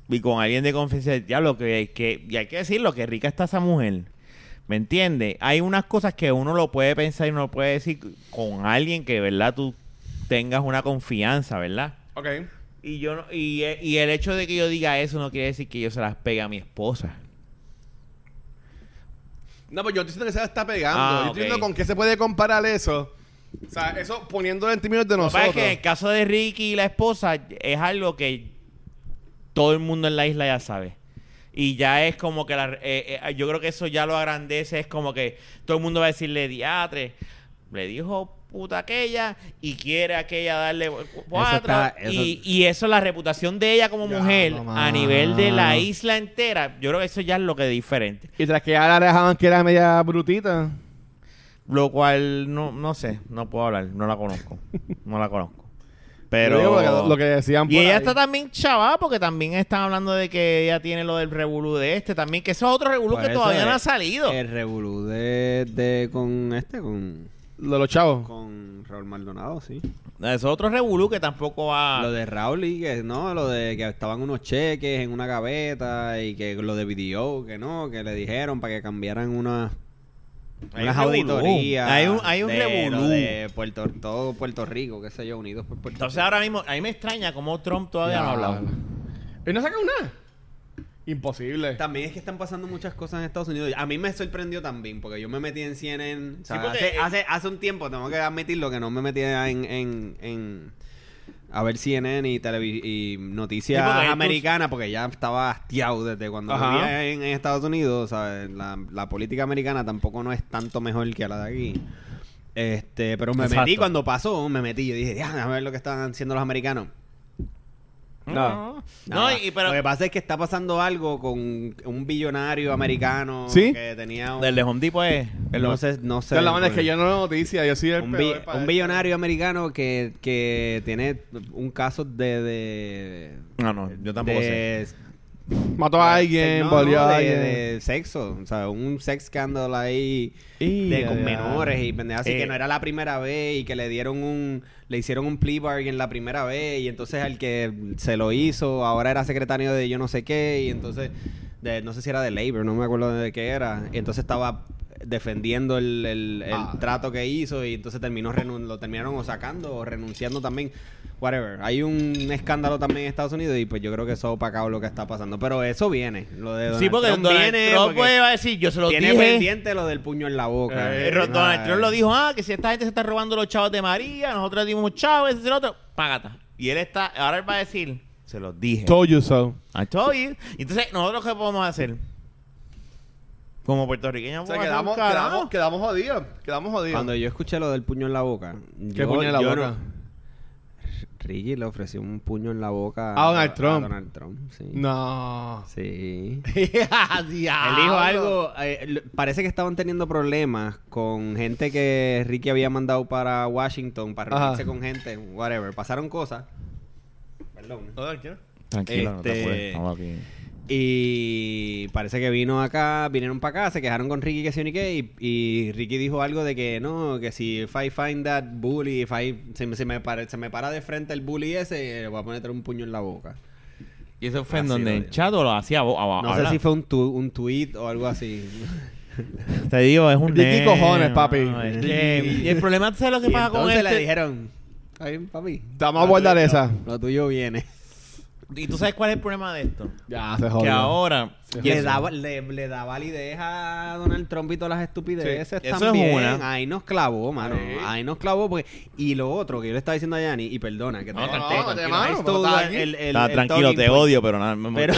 Speaker 1: y con alguien de confianza, ya lo que, que y hay que decirlo, que rica está esa mujer. ¿Me entiendes? Hay unas cosas que uno lo puede pensar y uno lo puede decir con alguien que, ¿verdad? Tú tengas una confianza, ¿verdad?
Speaker 2: Ok.
Speaker 1: Y yo no- y, eh, y el hecho de que yo diga eso no quiere decir que yo se las pegue a mi esposa.
Speaker 2: No, pues yo estoy diciendo que se la está pegando.
Speaker 1: Ah,
Speaker 2: yo estoy diciendo
Speaker 1: ok.
Speaker 2: con qué se puede comparar eso. O sea, eso poniéndolo en términos de
Speaker 1: Lo que pasa
Speaker 2: nosotros.
Speaker 1: es que en el caso de Ricky y la esposa es algo que todo el mundo en la isla ya sabe. Y ya es como que la- eh, eh, yo creo que eso ya lo agrandece, es como que todo el mundo va a decirle diatre, le dijo puta aquella y quiere aquella darle cu- cuatro.
Speaker 3: está- eso-
Speaker 1: Y, y eso es la reputación de ella como
Speaker 2: Ya,
Speaker 1: mujer
Speaker 2: no,
Speaker 1: a
Speaker 2: mano.
Speaker 1: nivel de la isla entera. Yo creo que eso ya es lo que es diferente.
Speaker 2: Y tras que ahora la dejaban que era media brutita.
Speaker 1: Lo cual no, no sé, no puedo hablar, no la conozco. No la conozco. Pero.
Speaker 2: Yo digo lo que- lo que decían
Speaker 1: Y
Speaker 2: por
Speaker 1: ella
Speaker 2: ahí.
Speaker 1: está también chavada porque también están hablando de que ella tiene lo del revolú de este también, que eso es otro revolú que
Speaker 3: Por eso
Speaker 1: todavía no
Speaker 3: es Er
Speaker 1: ha salido.
Speaker 3: El revolú de, de- con este, con,
Speaker 2: Lo de los chavos.
Speaker 3: con Raúl Maldonado, sí.
Speaker 1: Eso es otro revolú que tampoco va.
Speaker 3: Lo de Raúl y que no, lo de que estaban unos cheques en una gaveta y que lo de video que no, que le dijeron para que cambiaran unas
Speaker 1: Hay
Speaker 3: unas
Speaker 1: un revolú.
Speaker 3: auditorías.
Speaker 1: Hay un- hay un
Speaker 3: de, lo
Speaker 1: revolú.
Speaker 3: de Puerto, todo Puerto Rico, qué sé yo, unidos por Puerto
Speaker 1: Entonces
Speaker 3: Rico.
Speaker 1: ahora mismo, a mí me extraña cómo Trump todavía no ha hablado.
Speaker 2: ¿Y no sacan nada? Imposible.
Speaker 3: También es que están pasando muchas cosas en Estados Unidos. A mí me sorprendió también, porque yo me metí en CNN. o sea,
Speaker 1: porque-
Speaker 3: hace, hace, hace un tiempo, tengo que admitirlo, que no me metí en, en, en, a ver CNN y, televi- y noticias
Speaker 1: Sí, porque estos-
Speaker 3: americanas, porque ya estaba hastiado desde cuando
Speaker 2: Ajá.
Speaker 3: vivía en, en Estados Unidos, ¿sabes? La, la política americana tampoco no es tanto mejor que la de aquí. Este, pero me metí
Speaker 1: Exacto.
Speaker 3: cuando pasó, me metí, yo dije, "Ya, a ver lo que están haciendo los americanos.
Speaker 1: No. No,
Speaker 3: Nada.
Speaker 1: y, pero...
Speaker 3: Lo que pasa es que está pasando algo con un billonario americano
Speaker 2: ¿Sí?
Speaker 3: que tenía un...
Speaker 1: Mm. Del de Home Depot es... el-
Speaker 3: no sé, no sé.
Speaker 2: Entonces, la verdad es que
Speaker 3: Bueno
Speaker 2: yo no veo noticias, yo soy el
Speaker 3: pues. un,
Speaker 2: peor
Speaker 3: bi-
Speaker 2: para
Speaker 3: un
Speaker 2: esto.
Speaker 3: billonario americano que, que tiene un caso de... de
Speaker 1: No, no, yo tampoco sé.
Speaker 3: de-
Speaker 2: Mató a alguien,
Speaker 3: no,
Speaker 2: volvió
Speaker 3: no,
Speaker 2: a
Speaker 3: de,
Speaker 2: alguien.
Speaker 3: de sexo, o sea, un sex scandal ahí
Speaker 2: Y
Speaker 3: de, con
Speaker 2: ya.
Speaker 3: menores y pendejas, así
Speaker 1: Eh.
Speaker 3: que no era la primera vez y que le dieron un le hicieron un plea bargain la primera vez y entonces al que se lo hizo ahora era secretario de yo no sé qué y entonces de- no sé si era de labor, no me acuerdo de qué era, y entonces estaba defendiendo el, el- el
Speaker 2: Ah.
Speaker 3: trato que hizo y entonces terminó renun- lo terminaron o sacando o renunciando también whatever hay un escándalo también en Estados Unidos y pues yo creo que eso ha opacado lo que está pasando pero eso viene lo de Donald
Speaker 1: Sí, porque
Speaker 3: Trump
Speaker 1: Donald
Speaker 3: viene
Speaker 1: Trump
Speaker 3: porque-
Speaker 1: puede decir, yo se lo
Speaker 3: tiene
Speaker 1: dije...
Speaker 3: pendiente lo del puño en la boca.
Speaker 1: Eh, Ro- Donald Trump lo dijo, ah, que si esta gente se está robando los chavos de María, nosotros le dimos chavos, ese es el otro, págata. Y él está, ahora él va a decir, se los dije.
Speaker 2: Told you so.
Speaker 1: I told you. Entonces, ¿nosotros qué podemos hacer? Como puertorriqueños,
Speaker 2: O sea,
Speaker 1: podemos hacer un
Speaker 2: quedamos,
Speaker 1: carajo.
Speaker 2: quedamos, quedamos jodidos. Quedamos jodidos.
Speaker 3: Cuando yo escuché lo del puño en la boca.
Speaker 2: ¿Qué
Speaker 3: yo-
Speaker 2: puño en la
Speaker 3: yo
Speaker 2: boca?
Speaker 3: no- Ricky le ofreció un puño en la boca
Speaker 2: A Donald Trump.
Speaker 3: Donald Trump, sí.
Speaker 2: No.
Speaker 3: Sí. Él
Speaker 2: Él
Speaker 3: dijo algo, eh, l- parece que estaban teniendo problemas con gente que Ricky había mandado para Washington, para
Speaker 2: Ajá.
Speaker 3: reunirse con gente, whatever. Pasaron cosas. Perdón.
Speaker 1: Tranquilo, no te
Speaker 3: Este-
Speaker 1: apures, estamos aquí.
Speaker 3: Y parece que vino acá, vinieron para acá, se quejaron con Ricky que sí ni qué, y, y Ricky dijo algo de que no, que si if I find that bully, if I, se, me- se me para, se me para de frente el bully ese, eh, voy a poner un puño en la boca.
Speaker 1: ¿Y eso fue
Speaker 3: Así
Speaker 1: en
Speaker 3: lo
Speaker 1: donde?
Speaker 3: digo.
Speaker 1: ¿En chat o lo hacía vos? Ah,
Speaker 3: No
Speaker 1: habla.
Speaker 3: sé si fue un, tu- un tweet o algo así.
Speaker 1: Te digo, es un
Speaker 2: Ricky
Speaker 1: nene,
Speaker 2: cojones,
Speaker 1: no,
Speaker 2: papi.
Speaker 1: no, es que- y el problema, ¿tú ¿sabes lo
Speaker 3: y
Speaker 1: que pasa con
Speaker 3: entonces
Speaker 1: este?
Speaker 3: le dijeron, "Está bien, papi.
Speaker 2: Vamos a
Speaker 3: lo
Speaker 2: guardar
Speaker 3: tuyo-
Speaker 2: esa.
Speaker 3: Lo tuyo viene.
Speaker 1: ¿Y tú sabes cuál es el problema de esto?
Speaker 2: Ya, se
Speaker 1: Que
Speaker 2: jodió.
Speaker 1: ahora...
Speaker 2: Sí.
Speaker 3: Le da, le, le da validez a Donald Trump y todas las estupideces
Speaker 1: Sí, eso es
Speaker 3: también.
Speaker 1: una.
Speaker 3: Ahí nos clavó, mano.
Speaker 2: Sí.
Speaker 3: Ahí nos clavó. Porque... Y lo otro que yo le estaba diciendo a Yanni, y perdona, que te
Speaker 1: No,
Speaker 3: corté,
Speaker 1: no, no,
Speaker 3: tranquilo.
Speaker 2: te mano,
Speaker 3: Esto
Speaker 2: pero estás
Speaker 3: da
Speaker 2: aquí.
Speaker 3: el- el-
Speaker 1: Está
Speaker 3: el
Speaker 1: tranquilo,
Speaker 3: talking
Speaker 1: te
Speaker 3: point.
Speaker 1: odio, pero nada. me-
Speaker 3: Pero-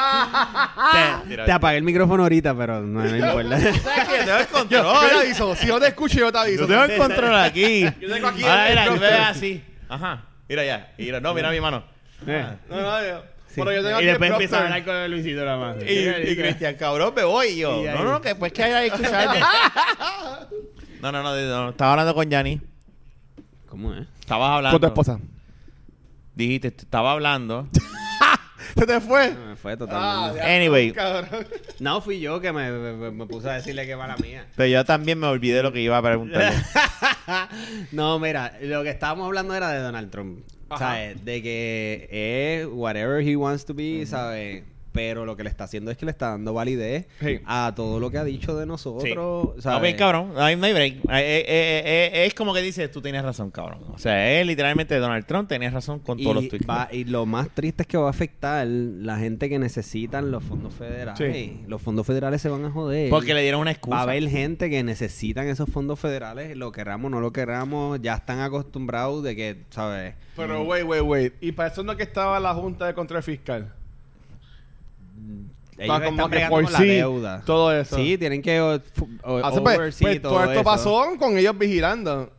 Speaker 1: Te-
Speaker 3: Te apagué el micrófono ahorita, pero no, no importa.
Speaker 1: ¿Sabes qué? Yo tengo el
Speaker 2: Yo, yo te
Speaker 1: control.
Speaker 2: aviso. Si yo te escucho, yo te aviso.
Speaker 1: Yo tengo el control aquí.
Speaker 2: Yo tengo aquí
Speaker 1: Ahora,
Speaker 2: el
Speaker 1: mira, yo
Speaker 2: control.
Speaker 1: veo así. Ajá. Mira ya. Mira, no, mira mi mano.
Speaker 3: Eh,
Speaker 2: No, no, yo.
Speaker 3: sí.
Speaker 2: Pero yo tengo
Speaker 3: y
Speaker 2: aquí el
Speaker 3: después empieza a
Speaker 2: prompter.
Speaker 3: hablar con Luisito la mano.
Speaker 1: Y, y Cristian, cabrón, me voy yo.
Speaker 3: Y ahí-
Speaker 1: No, no, no, que después que haya escuchado. no, no, no, de- no. Estaba hablando con Yanni.
Speaker 3: ¿Cómo es?
Speaker 1: Estabas hablando.
Speaker 2: Con tu esposa.
Speaker 1: Dijiste, te estaba hablando.
Speaker 2: Se te fue.
Speaker 3: No, me fue totalmente.
Speaker 1: ya, Anyway.
Speaker 2: Cabrón.
Speaker 3: No, fui yo que me, me- me puse a decirle que va la mía.
Speaker 1: Pero yo también me olvidé lo que iba a preguntar.
Speaker 3: No, mira, lo que estábamos hablando era de Donald Trump. ¿Sabes? De que es whatever he wants to be, ¿sabes? Pero lo que le está haciendo es que le está dando validez
Speaker 2: Sí.
Speaker 3: a todo lo que ha dicho de nosotros.
Speaker 1: Sí.
Speaker 3: ¿sabes?
Speaker 1: No, bien, cabrón. No hay, no hay break. Eh, eh, eh, eh, es como que dices, tú tenías razón, cabrón. O sea, es literalmente Donald Trump tenías razón con
Speaker 3: Y,
Speaker 1: todos los tweets.
Speaker 3: va- y lo más triste es que va a afectar la gente que necesitan los fondos federales.
Speaker 2: Sí.
Speaker 3: Los fondos federales se van a joder.
Speaker 1: Porque le dieron una
Speaker 3: eh, Va a
Speaker 1: excusa.
Speaker 3: haber gente que necesitan esos fondos federales, lo queramos o no lo queramos, ya están acostumbrados de que, ¿sabes?
Speaker 2: Pero, wait, wait, wait. ¿Y para eso no es que estaba la Junta de Control Fiscal?
Speaker 3: Ellos
Speaker 2: Para
Speaker 3: están
Speaker 2: como que
Speaker 3: bregando con la
Speaker 2: foresee
Speaker 3: deuda.
Speaker 2: todo eso.
Speaker 3: Sí, tienen que o- fu- o-
Speaker 2: Ah, sí, pues,
Speaker 3: oversee
Speaker 2: pues, todo, esto
Speaker 3: eso.
Speaker 2: pasó con ellos vigilando.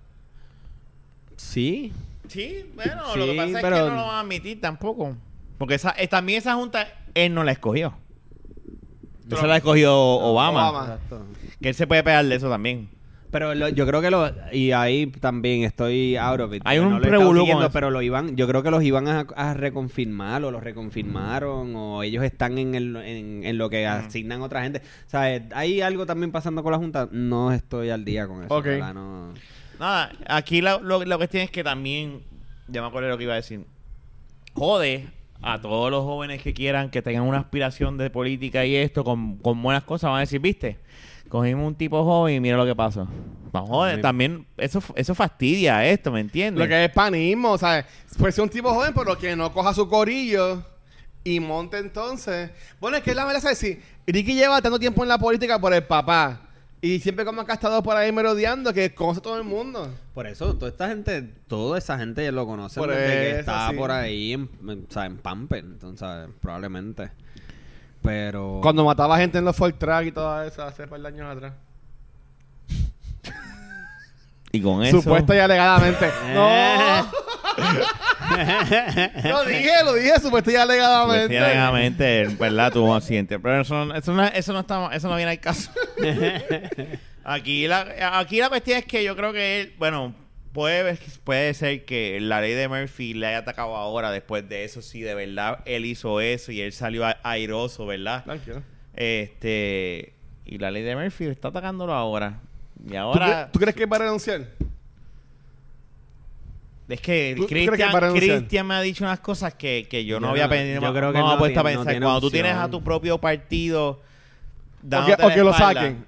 Speaker 3: Sí.
Speaker 1: Sí, bueno,
Speaker 3: Sí,
Speaker 1: lo que pasa es
Speaker 3: pero-
Speaker 1: que no lo van a admitir tampoco. Porque esa, eh, también esa junta, él no la escogió. Esa la escogió Obama,
Speaker 2: Obama.
Speaker 3: Exacto.
Speaker 1: Que él se puede pegar de eso también.
Speaker 3: Pero lo- yo creo que lo y ahí también estoy out of it.
Speaker 1: Hay
Speaker 3: porque
Speaker 1: un
Speaker 3: no lo he estado
Speaker 1: revolú con
Speaker 3: siguiendo,
Speaker 1: eso.
Speaker 3: pero lo iban, yo creo que los iban a, a reconfirmar o los reconfirmaron o ellos están en, el- en, en lo que asignan otra gente. O sea, eh, hay algo también pasando con la junta. No estoy al día con eso.
Speaker 2: Ok.
Speaker 3: ¿verdad? No.
Speaker 1: Nada, aquí la, lo, la cuestión es que también, ya me acuerdo lo que iba a decir, jode a todos los jóvenes que quieran, que tengan una aspiración de política y esto, con, con buenas cosas, van a decir, viste, cogimos un tipo joven y mira lo que pasó. No, joder,
Speaker 3: Muy-
Speaker 1: también eso, eso fastidia esto, ¿me entiendes?
Speaker 2: Lo que es panismo, o sea, pues un tipo joven, pero que no coja su corillo y monte entonces. Bueno, es que es la verdad, ¿sabes? Si Ricky lleva tanto tiempo en la política por el papá, Y siempre como acá ha estado por ahí merodeando, que conoce todo el mundo.
Speaker 3: Por eso, toda esta gente, toda esa gente lo conoce
Speaker 2: Por
Speaker 3: desde que
Speaker 2: eso,
Speaker 3: está
Speaker 2: sí.
Speaker 3: por ahí en, en- o sea, en Pamper, entonces, ¿sabes? probablemente. Pero.
Speaker 2: Cuando mataba gente en los Ford Track y todo eso hace par de años atrás.
Speaker 1: Y con eso.
Speaker 2: Supuesta y alegadamente. no. lo dije, lo dije, supuesta y alegadamente.
Speaker 1: Efectivamente, en ¿verdad? Tuvo un accidente. Pero eso, no- eso, no, eso, no está, eso no viene al caso. aquí, la, aquí la cuestión es que yo creo que él, bueno, puede, puede ser que la ley de Murphy le haya atacado ahora después de eso, si de verdad él hizo eso y él salió a- airoso, ¿verdad?
Speaker 2: Tranquilo.
Speaker 1: Este. Y la ley de Murphy está atacándolo ahora. Y
Speaker 2: ¿Tú,
Speaker 1: ahora.
Speaker 2: cre- tú crees que va a renunciar?
Speaker 1: Es que
Speaker 2: ¿Tú- tú crees que para
Speaker 1: Cristian
Speaker 2: anunciar?
Speaker 1: Cristian me ha dicho unas cosas que, que yo no
Speaker 3: Yo
Speaker 1: había
Speaker 3: no-
Speaker 1: pensado.
Speaker 3: yo creo que
Speaker 1: no,
Speaker 3: no
Speaker 1: había puesto a
Speaker 3: tiene- no
Speaker 1: pensar.
Speaker 3: tiene
Speaker 1: Cuando tú
Speaker 3: opción.
Speaker 1: tienes a tu propio partido.
Speaker 2: O que,
Speaker 1: dándote
Speaker 2: o
Speaker 1: la
Speaker 2: que lo
Speaker 1: espalda,
Speaker 2: saquen.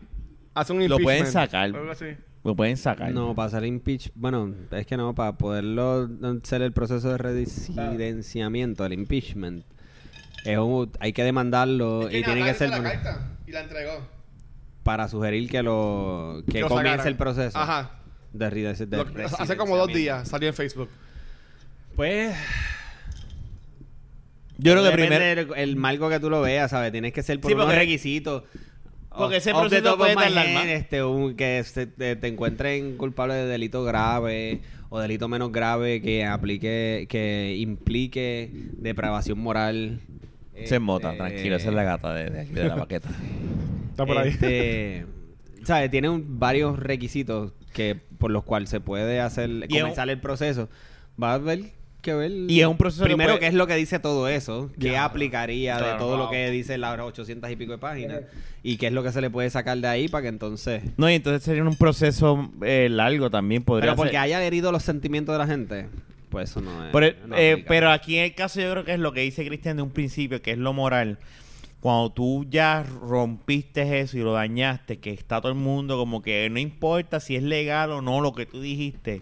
Speaker 2: Hace un
Speaker 1: Lo
Speaker 2: impeachment.
Speaker 1: pueden sacar.
Speaker 2: Algo así.
Speaker 1: Lo pueden sacar.
Speaker 3: No, para hacer impeach, bueno, es que no, para poderlo hacer el proceso de residenciamiento, el impeachment, es un- hay que demandarlo y tiene que ser
Speaker 2: la
Speaker 3: bueno,
Speaker 2: carta y la entregó.
Speaker 3: para sugerir que lo que,
Speaker 2: lo
Speaker 3: comience
Speaker 2: sacaran.
Speaker 3: el proceso
Speaker 2: Ajá.
Speaker 3: de, residencia- de
Speaker 2: Lo- hace como dos
Speaker 3: residenciamiento.
Speaker 2: días salió en Facebook.
Speaker 3: Pues
Speaker 1: Yo creo que
Speaker 3: depende
Speaker 1: primero.
Speaker 3: del- el marco que tú lo veas, ¿sabes? Tienes que ser por
Speaker 1: Sí,
Speaker 3: unos
Speaker 1: porque-
Speaker 3: requisitos.
Speaker 1: porque ese
Speaker 3: Off the
Speaker 1: proceso
Speaker 3: top of
Speaker 1: puede
Speaker 3: my
Speaker 1: tardar
Speaker 3: head,
Speaker 1: más.
Speaker 3: Este, un- que se- te, te encuentren culpable de delito grave o delito menos grave que aplique, que implique depravación moral.
Speaker 1: Se mota,
Speaker 3: Este,
Speaker 1: tranquilo. Esa es la gata de, de aquí, de la paqueta.
Speaker 2: Está por ahí.
Speaker 3: este, ¿Sabes? Tiene un- varios requisitos que por los cuales se puede hacer
Speaker 1: es un-
Speaker 3: comenzar el proceso. Va a haber que ver
Speaker 1: Y es un proceso que
Speaker 3: primero
Speaker 1: puede-
Speaker 3: qué es lo que dice todo eso, qué aplicaría
Speaker 1: Claro, Ah,
Speaker 3: de todo
Speaker 1: wow.
Speaker 3: lo que dice las 800 y pico de páginas
Speaker 1: Eh.
Speaker 3: y qué es lo que se le puede sacar de ahí para que entonces
Speaker 1: No, y entonces sería un proceso eh, largo también. Podría
Speaker 3: pero porque
Speaker 1: ser.
Speaker 3: haya herido los sentimientos de la gente, pues eso no es.
Speaker 1: Por el-
Speaker 3: no
Speaker 1: eh,
Speaker 3: aplica.
Speaker 1: pero aquí en el caso yo creo que es lo que dice Cristian de un principio, que es lo moral. Cuando tú ya rompiste eso y lo dañaste, que está todo el mundo como que no importa si es legal o no lo que tú dijiste,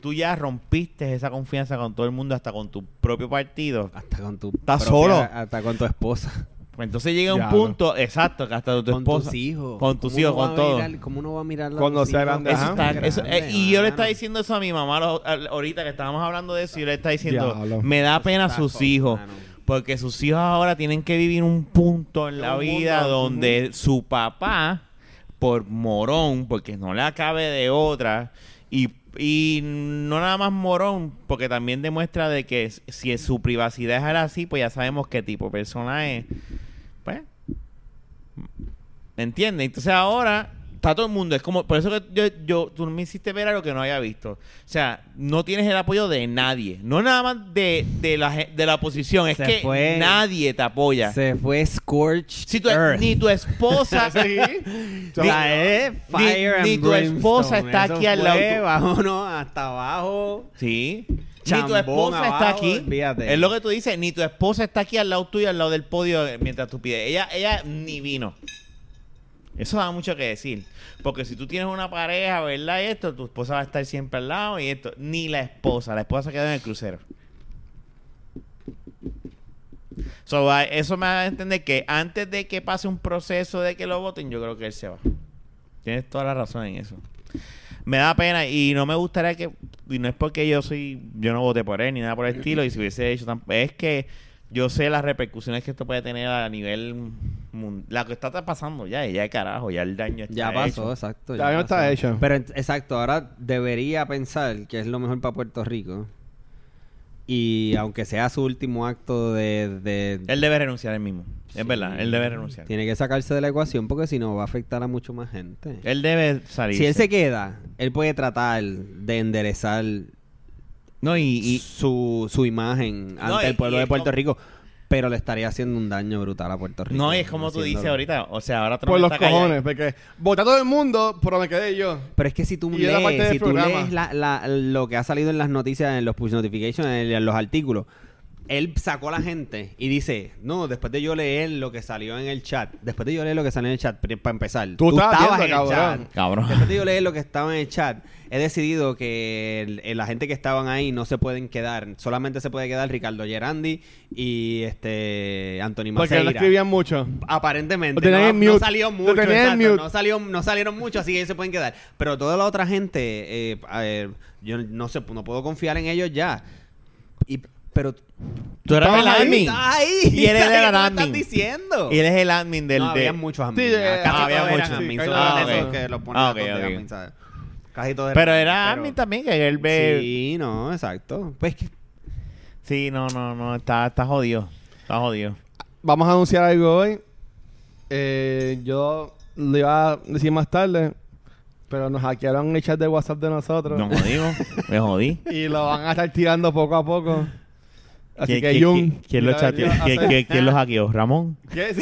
Speaker 1: tú ya rompiste esa confianza con todo el mundo, hasta con tu propio partido.
Speaker 3: hasta con tu
Speaker 1: Estás solo.
Speaker 3: hasta con tu esposa.
Speaker 1: Entonces llega un
Speaker 2: Ya,
Speaker 1: punto, exacto, que hasta tu
Speaker 3: con
Speaker 1: esposa,
Speaker 3: tus hijos.
Speaker 1: con tus
Speaker 3: ¿Cómo
Speaker 1: hijos,
Speaker 3: uno
Speaker 1: con
Speaker 3: va a
Speaker 1: todo.
Speaker 3: mirar- ¿Cómo uno va a mirar a los
Speaker 2: Cuando sea
Speaker 3: hijos?
Speaker 2: grande,
Speaker 1: Eso
Speaker 2: Ajá.
Speaker 1: está- eso-
Speaker 3: Grande,
Speaker 1: eh, y yo le
Speaker 3: mano.
Speaker 1: estaba diciendo eso a mi mamá lo- al- ahorita que estábamos hablando de eso, y yo le estaba diciendo,
Speaker 2: Diablo.
Speaker 1: me da
Speaker 3: Eso
Speaker 1: pena
Speaker 3: está
Speaker 1: sus
Speaker 3: fuerte,
Speaker 1: hijos,
Speaker 3: mano.
Speaker 1: porque sus hijos ahora tienen que vivir un punto en la
Speaker 2: Un
Speaker 1: vida
Speaker 2: mundo,
Speaker 1: donde su papá, por morón, porque no le acabe de otra, y, y no nada más morón, porque también demuestra de que s- si es- su privacidad es así, pues ya sabemos qué tipo de persona es. Pues, ¿Me entiendes? Entonces ahora está todo el mundo. Es como, por eso que yo, yo- tú me hiciste ver algo que no había visto. O sea, no tienes el apoyo de nadie. No nada más de, de, la, ge- de la oposición. Es
Speaker 3: Se
Speaker 1: que
Speaker 3: fue.
Speaker 1: nadie te apoya.
Speaker 3: Se fue Scorch.
Speaker 1: Si tu- ni tu esposa.
Speaker 2: Sí. eh,
Speaker 1: Ni-
Speaker 3: E fire
Speaker 1: ni
Speaker 3: and
Speaker 1: tu esposa
Speaker 3: brimstone.
Speaker 1: está
Speaker 3: Eso
Speaker 1: aquí al lado
Speaker 3: fue,
Speaker 1: tu-
Speaker 3: Vámonos hasta abajo.
Speaker 1: sí. ni tu
Speaker 3: Chambón
Speaker 1: esposa está
Speaker 3: abajo,
Speaker 1: aquí.
Speaker 3: olvídate.
Speaker 1: Es lo que tú dices. Ni tu esposa está aquí al lado tuyo, al lado del podio, eh, mientras tú pides. Ella, ella ni vino. Eso da mucho que decir. Porque si tú tienes una pareja, ¿verdad? Y esto, tu esposa va a estar siempre al lado y esto. Ni la esposa. La esposa se quedó en el crucero. So, va- eso me da a entender que antes de que pase un proceso de que lo voten, yo creo que él se va. Tienes toda la razón en eso. Me da pena y no me gustaría que. Y no es porque yo soy. Yo no voté por él ni nada por el estilo. Y si hubiese hecho. tan- Es que yo sé las repercusiones que esto puede tener a nivel. mun- La que está pasando ya. y Ya de carajo. Ya el daño está
Speaker 3: Ya pasó,
Speaker 1: hecho.
Speaker 3: exacto.
Speaker 2: Ya no está
Speaker 3: pasó.
Speaker 2: hecho.
Speaker 3: Pero ent- exacto, ahora debería pensar que es lo mejor para Puerto Rico. Y aunque sea su último acto de... de-
Speaker 1: Él debe renunciar él mismo. Es
Speaker 3: Sí.
Speaker 1: verdad. Él debe renunciar.
Speaker 3: Tiene que sacarse de la ecuación porque si no va a afectar a mucho más gente.
Speaker 1: Él debe salir.
Speaker 3: si él se queda, él puede tratar de enderezar
Speaker 1: No, y. y-
Speaker 3: su, su imagen
Speaker 1: No,
Speaker 3: ante
Speaker 1: y-
Speaker 3: el pueblo
Speaker 1: y
Speaker 3: de
Speaker 1: es
Speaker 3: Puerto
Speaker 1: como-
Speaker 3: Rico, pero le estaría haciendo un daño brutal a Puerto Rico.
Speaker 1: no, y es como tú
Speaker 3: haciéndolo.
Speaker 1: dices ahorita. O sea, ahora Trump
Speaker 2: Por los
Speaker 1: está callado.
Speaker 2: cojones, porque votó todo el mundo, pero me quedé yo.
Speaker 3: Pero es que si tú
Speaker 2: Y era parte
Speaker 3: lees,
Speaker 2: del
Speaker 3: si tú
Speaker 2: programa.
Speaker 3: lees la- la- lo que ha salido en las noticias, en los push notifications, en, los artículos, él sacó a la gente y dice, no, después de yo leer lo que salió en el chat, después de yo leer lo que salió en el chat, pri- para empezar,
Speaker 2: Tú estabas viendo,
Speaker 3: en el
Speaker 2: cabrón.
Speaker 3: chat.
Speaker 1: Cabrón.
Speaker 3: Después de yo leer lo que estaba en el chat, he decidido que el- el- la gente que estaban ahí no se pueden quedar, solamente se puede quedar Ricardo Gerandi y este Anthony
Speaker 2: Porque lo
Speaker 3: Maceira.
Speaker 2: escribían mucho. Lo
Speaker 3: Aparentemente.
Speaker 2: tenían
Speaker 3: no,
Speaker 2: en
Speaker 3: no
Speaker 2: mute.
Speaker 3: salió
Speaker 2: Lo
Speaker 3: mucho.
Speaker 2: tenían en
Speaker 3: exacto,
Speaker 2: mute.
Speaker 3: No, salió, no salieron mucho, así que ellos se pueden quedar. Pero toda la otra gente, eh, a ver, yo no sé, no puedo confiar en ellos ya. Y, pero
Speaker 1: Tú eras
Speaker 2: Estabas
Speaker 1: el
Speaker 2: ahí.
Speaker 1: admin.
Speaker 3: estás ahí.
Speaker 1: Y él era el
Speaker 3: ¿Qué me
Speaker 1: admin.
Speaker 3: estás diciendo?
Speaker 1: Y eres el admin del.
Speaker 3: no,
Speaker 1: de-
Speaker 3: había muchos admin.
Speaker 2: Sí, eh,
Speaker 3: casi
Speaker 1: ah, había
Speaker 3: todos eran
Speaker 1: muchos.
Speaker 3: admin,
Speaker 2: Sí,
Speaker 3: solo
Speaker 2: ah,
Speaker 3: eran
Speaker 2: ok.
Speaker 3: esos que los ponen
Speaker 1: Ah,
Speaker 3: a todos
Speaker 1: ok,
Speaker 3: de
Speaker 1: ok.
Speaker 3: admin, ¿sabes? Casi todos eran
Speaker 1: Pero era
Speaker 3: pero-
Speaker 1: admin también, que él ve.
Speaker 3: Sí, no, exacto. Pues que
Speaker 1: Sí, no, no, no. Está, está jodido. Está jodido.
Speaker 2: Vamos a anunciar algo hoy. Eh, yo le iba a decir más tarde, pero nos hackearon el chat de WhatsApp de nosotros.
Speaker 1: Nos jodimos. Me jodí.
Speaker 2: Y lo van a estar tirando poco a poco. Así
Speaker 1: ¿Quién-
Speaker 2: que,
Speaker 1: quién-
Speaker 2: Jun.
Speaker 1: quién- ¿Quién lo
Speaker 2: mira,
Speaker 1: chateó?
Speaker 2: yo-
Speaker 1: ¿Quién- quién- ¿Quién lo hackeó? ¿Ramón?
Speaker 2: ¿Qué?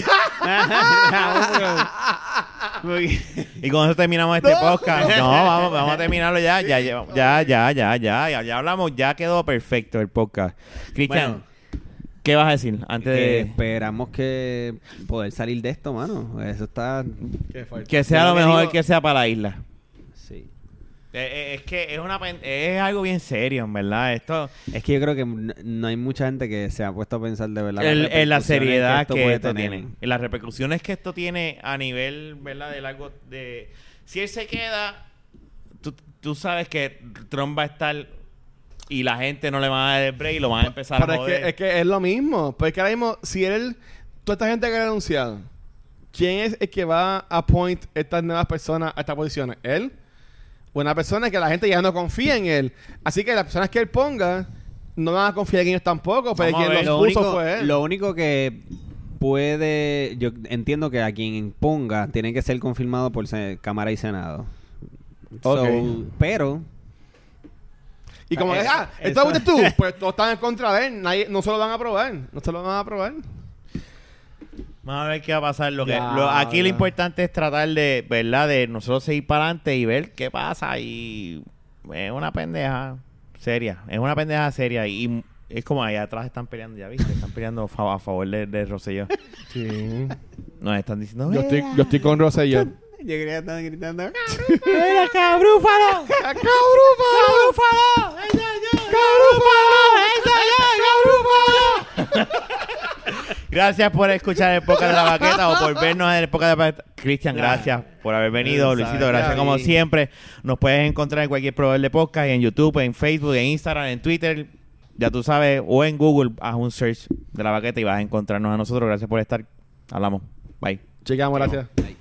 Speaker 1: Y con eso terminamos este podcast. No, vamos, vamos a terminarlo ya, ya, ya, ya, ya, ya, ya, ya, ya hablamos, ya quedó perfecto el podcast. Cristian,
Speaker 3: Bueno.
Speaker 1: ¿qué vas a decir antes
Speaker 3: que
Speaker 1: de
Speaker 3: esperamos que poder salir de esto, mano. Eso está.
Speaker 2: Qué fuerte.
Speaker 1: que sea
Speaker 3: yo
Speaker 1: lo
Speaker 3: lo que
Speaker 1: mejor
Speaker 3: digo-
Speaker 1: que sea para la isla?
Speaker 3: Sí.
Speaker 1: Eh, es que es una pen- es algo bien serio, en verdad. Esto
Speaker 3: Es que yo creo que n- no hay mucha gente que se ha puesto a pensar de verdad. las
Speaker 1: el- en la
Speaker 3: repercusiones
Speaker 1: seriedad que esto,
Speaker 3: puede tener.
Speaker 1: tiene, en las repercusiones que esto tiene a nivel, ¿verdad? De largo de si él se queda, tú, tú sabes que Trump va a estar y la gente no le va a dar el break y lo van a empezar
Speaker 2: Pero
Speaker 1: a
Speaker 2: es
Speaker 1: joder.
Speaker 2: que, es que es lo mismo. Pero es que ahora mismo, si él. Toda esta gente que ha renunciado, ¿quién es el que va a appoint estas nuevas personas a estas posiciones? ¿Él? ¿O una persona que la gente ya no confía en él? Así que las personas que él ponga no van a confiar en ellos tampoco. Pero
Speaker 1: Vamos a
Speaker 2: quien
Speaker 1: ver,
Speaker 2: los
Speaker 3: lo,
Speaker 2: puso
Speaker 3: único,
Speaker 2: fue él.
Speaker 3: lo único que puede. Yo entiendo que a quien ponga tiene que ser confirmado por se- Cámara y Senado. So,
Speaker 2: Ok.
Speaker 3: pero.
Speaker 2: Y como
Speaker 3: Eh,
Speaker 2: que, ah, esto
Speaker 3: eso-
Speaker 2: es tú, pues todos están en contra de él, nadie, no se lo van a aprobar, no se lo van a aprobar.
Speaker 1: Vamos a ver qué va a pasar. Lo que,
Speaker 2: Ya,
Speaker 1: lo- aquí lo
Speaker 2: ya.
Speaker 1: importante es tratar de, ¿verdad? De nosotros seguir para adelante y ver qué pasa. Y es una pendeja seria. Es una pendeja seria. Y es como allá atrás están peleando, ya viste. Están peleando fa- a favor de, de Rosselló.
Speaker 2: Sí.
Speaker 1: Nos están diciendo...
Speaker 2: Yo estoy, yo estoy con Rosselló.
Speaker 3: Yo quería estar gritando.
Speaker 1: ¡Mira, cabrúfalo! ¡Cabrúfalo! ¡Cabrúfalo! Gracias por escuchar el podcast de la baqueta o por vernos en el podcast de la baqueta. Cristian, gracias por haber venido.
Speaker 3: Sabes
Speaker 1: Luisito,
Speaker 3: que
Speaker 1: gracias como
Speaker 3: aquí-
Speaker 1: siempre. Nos puedes encontrar en cualquier proveedor de podcast, en YouTube, en Facebook, en Instagram, en Twitter. Ya tú sabes, o en Google, haz un search de la baqueta y vas a encontrarnos a nosotros. Gracias por estar. Hablamos. Bye.
Speaker 2: Llegamos, gracias.
Speaker 3: Ay.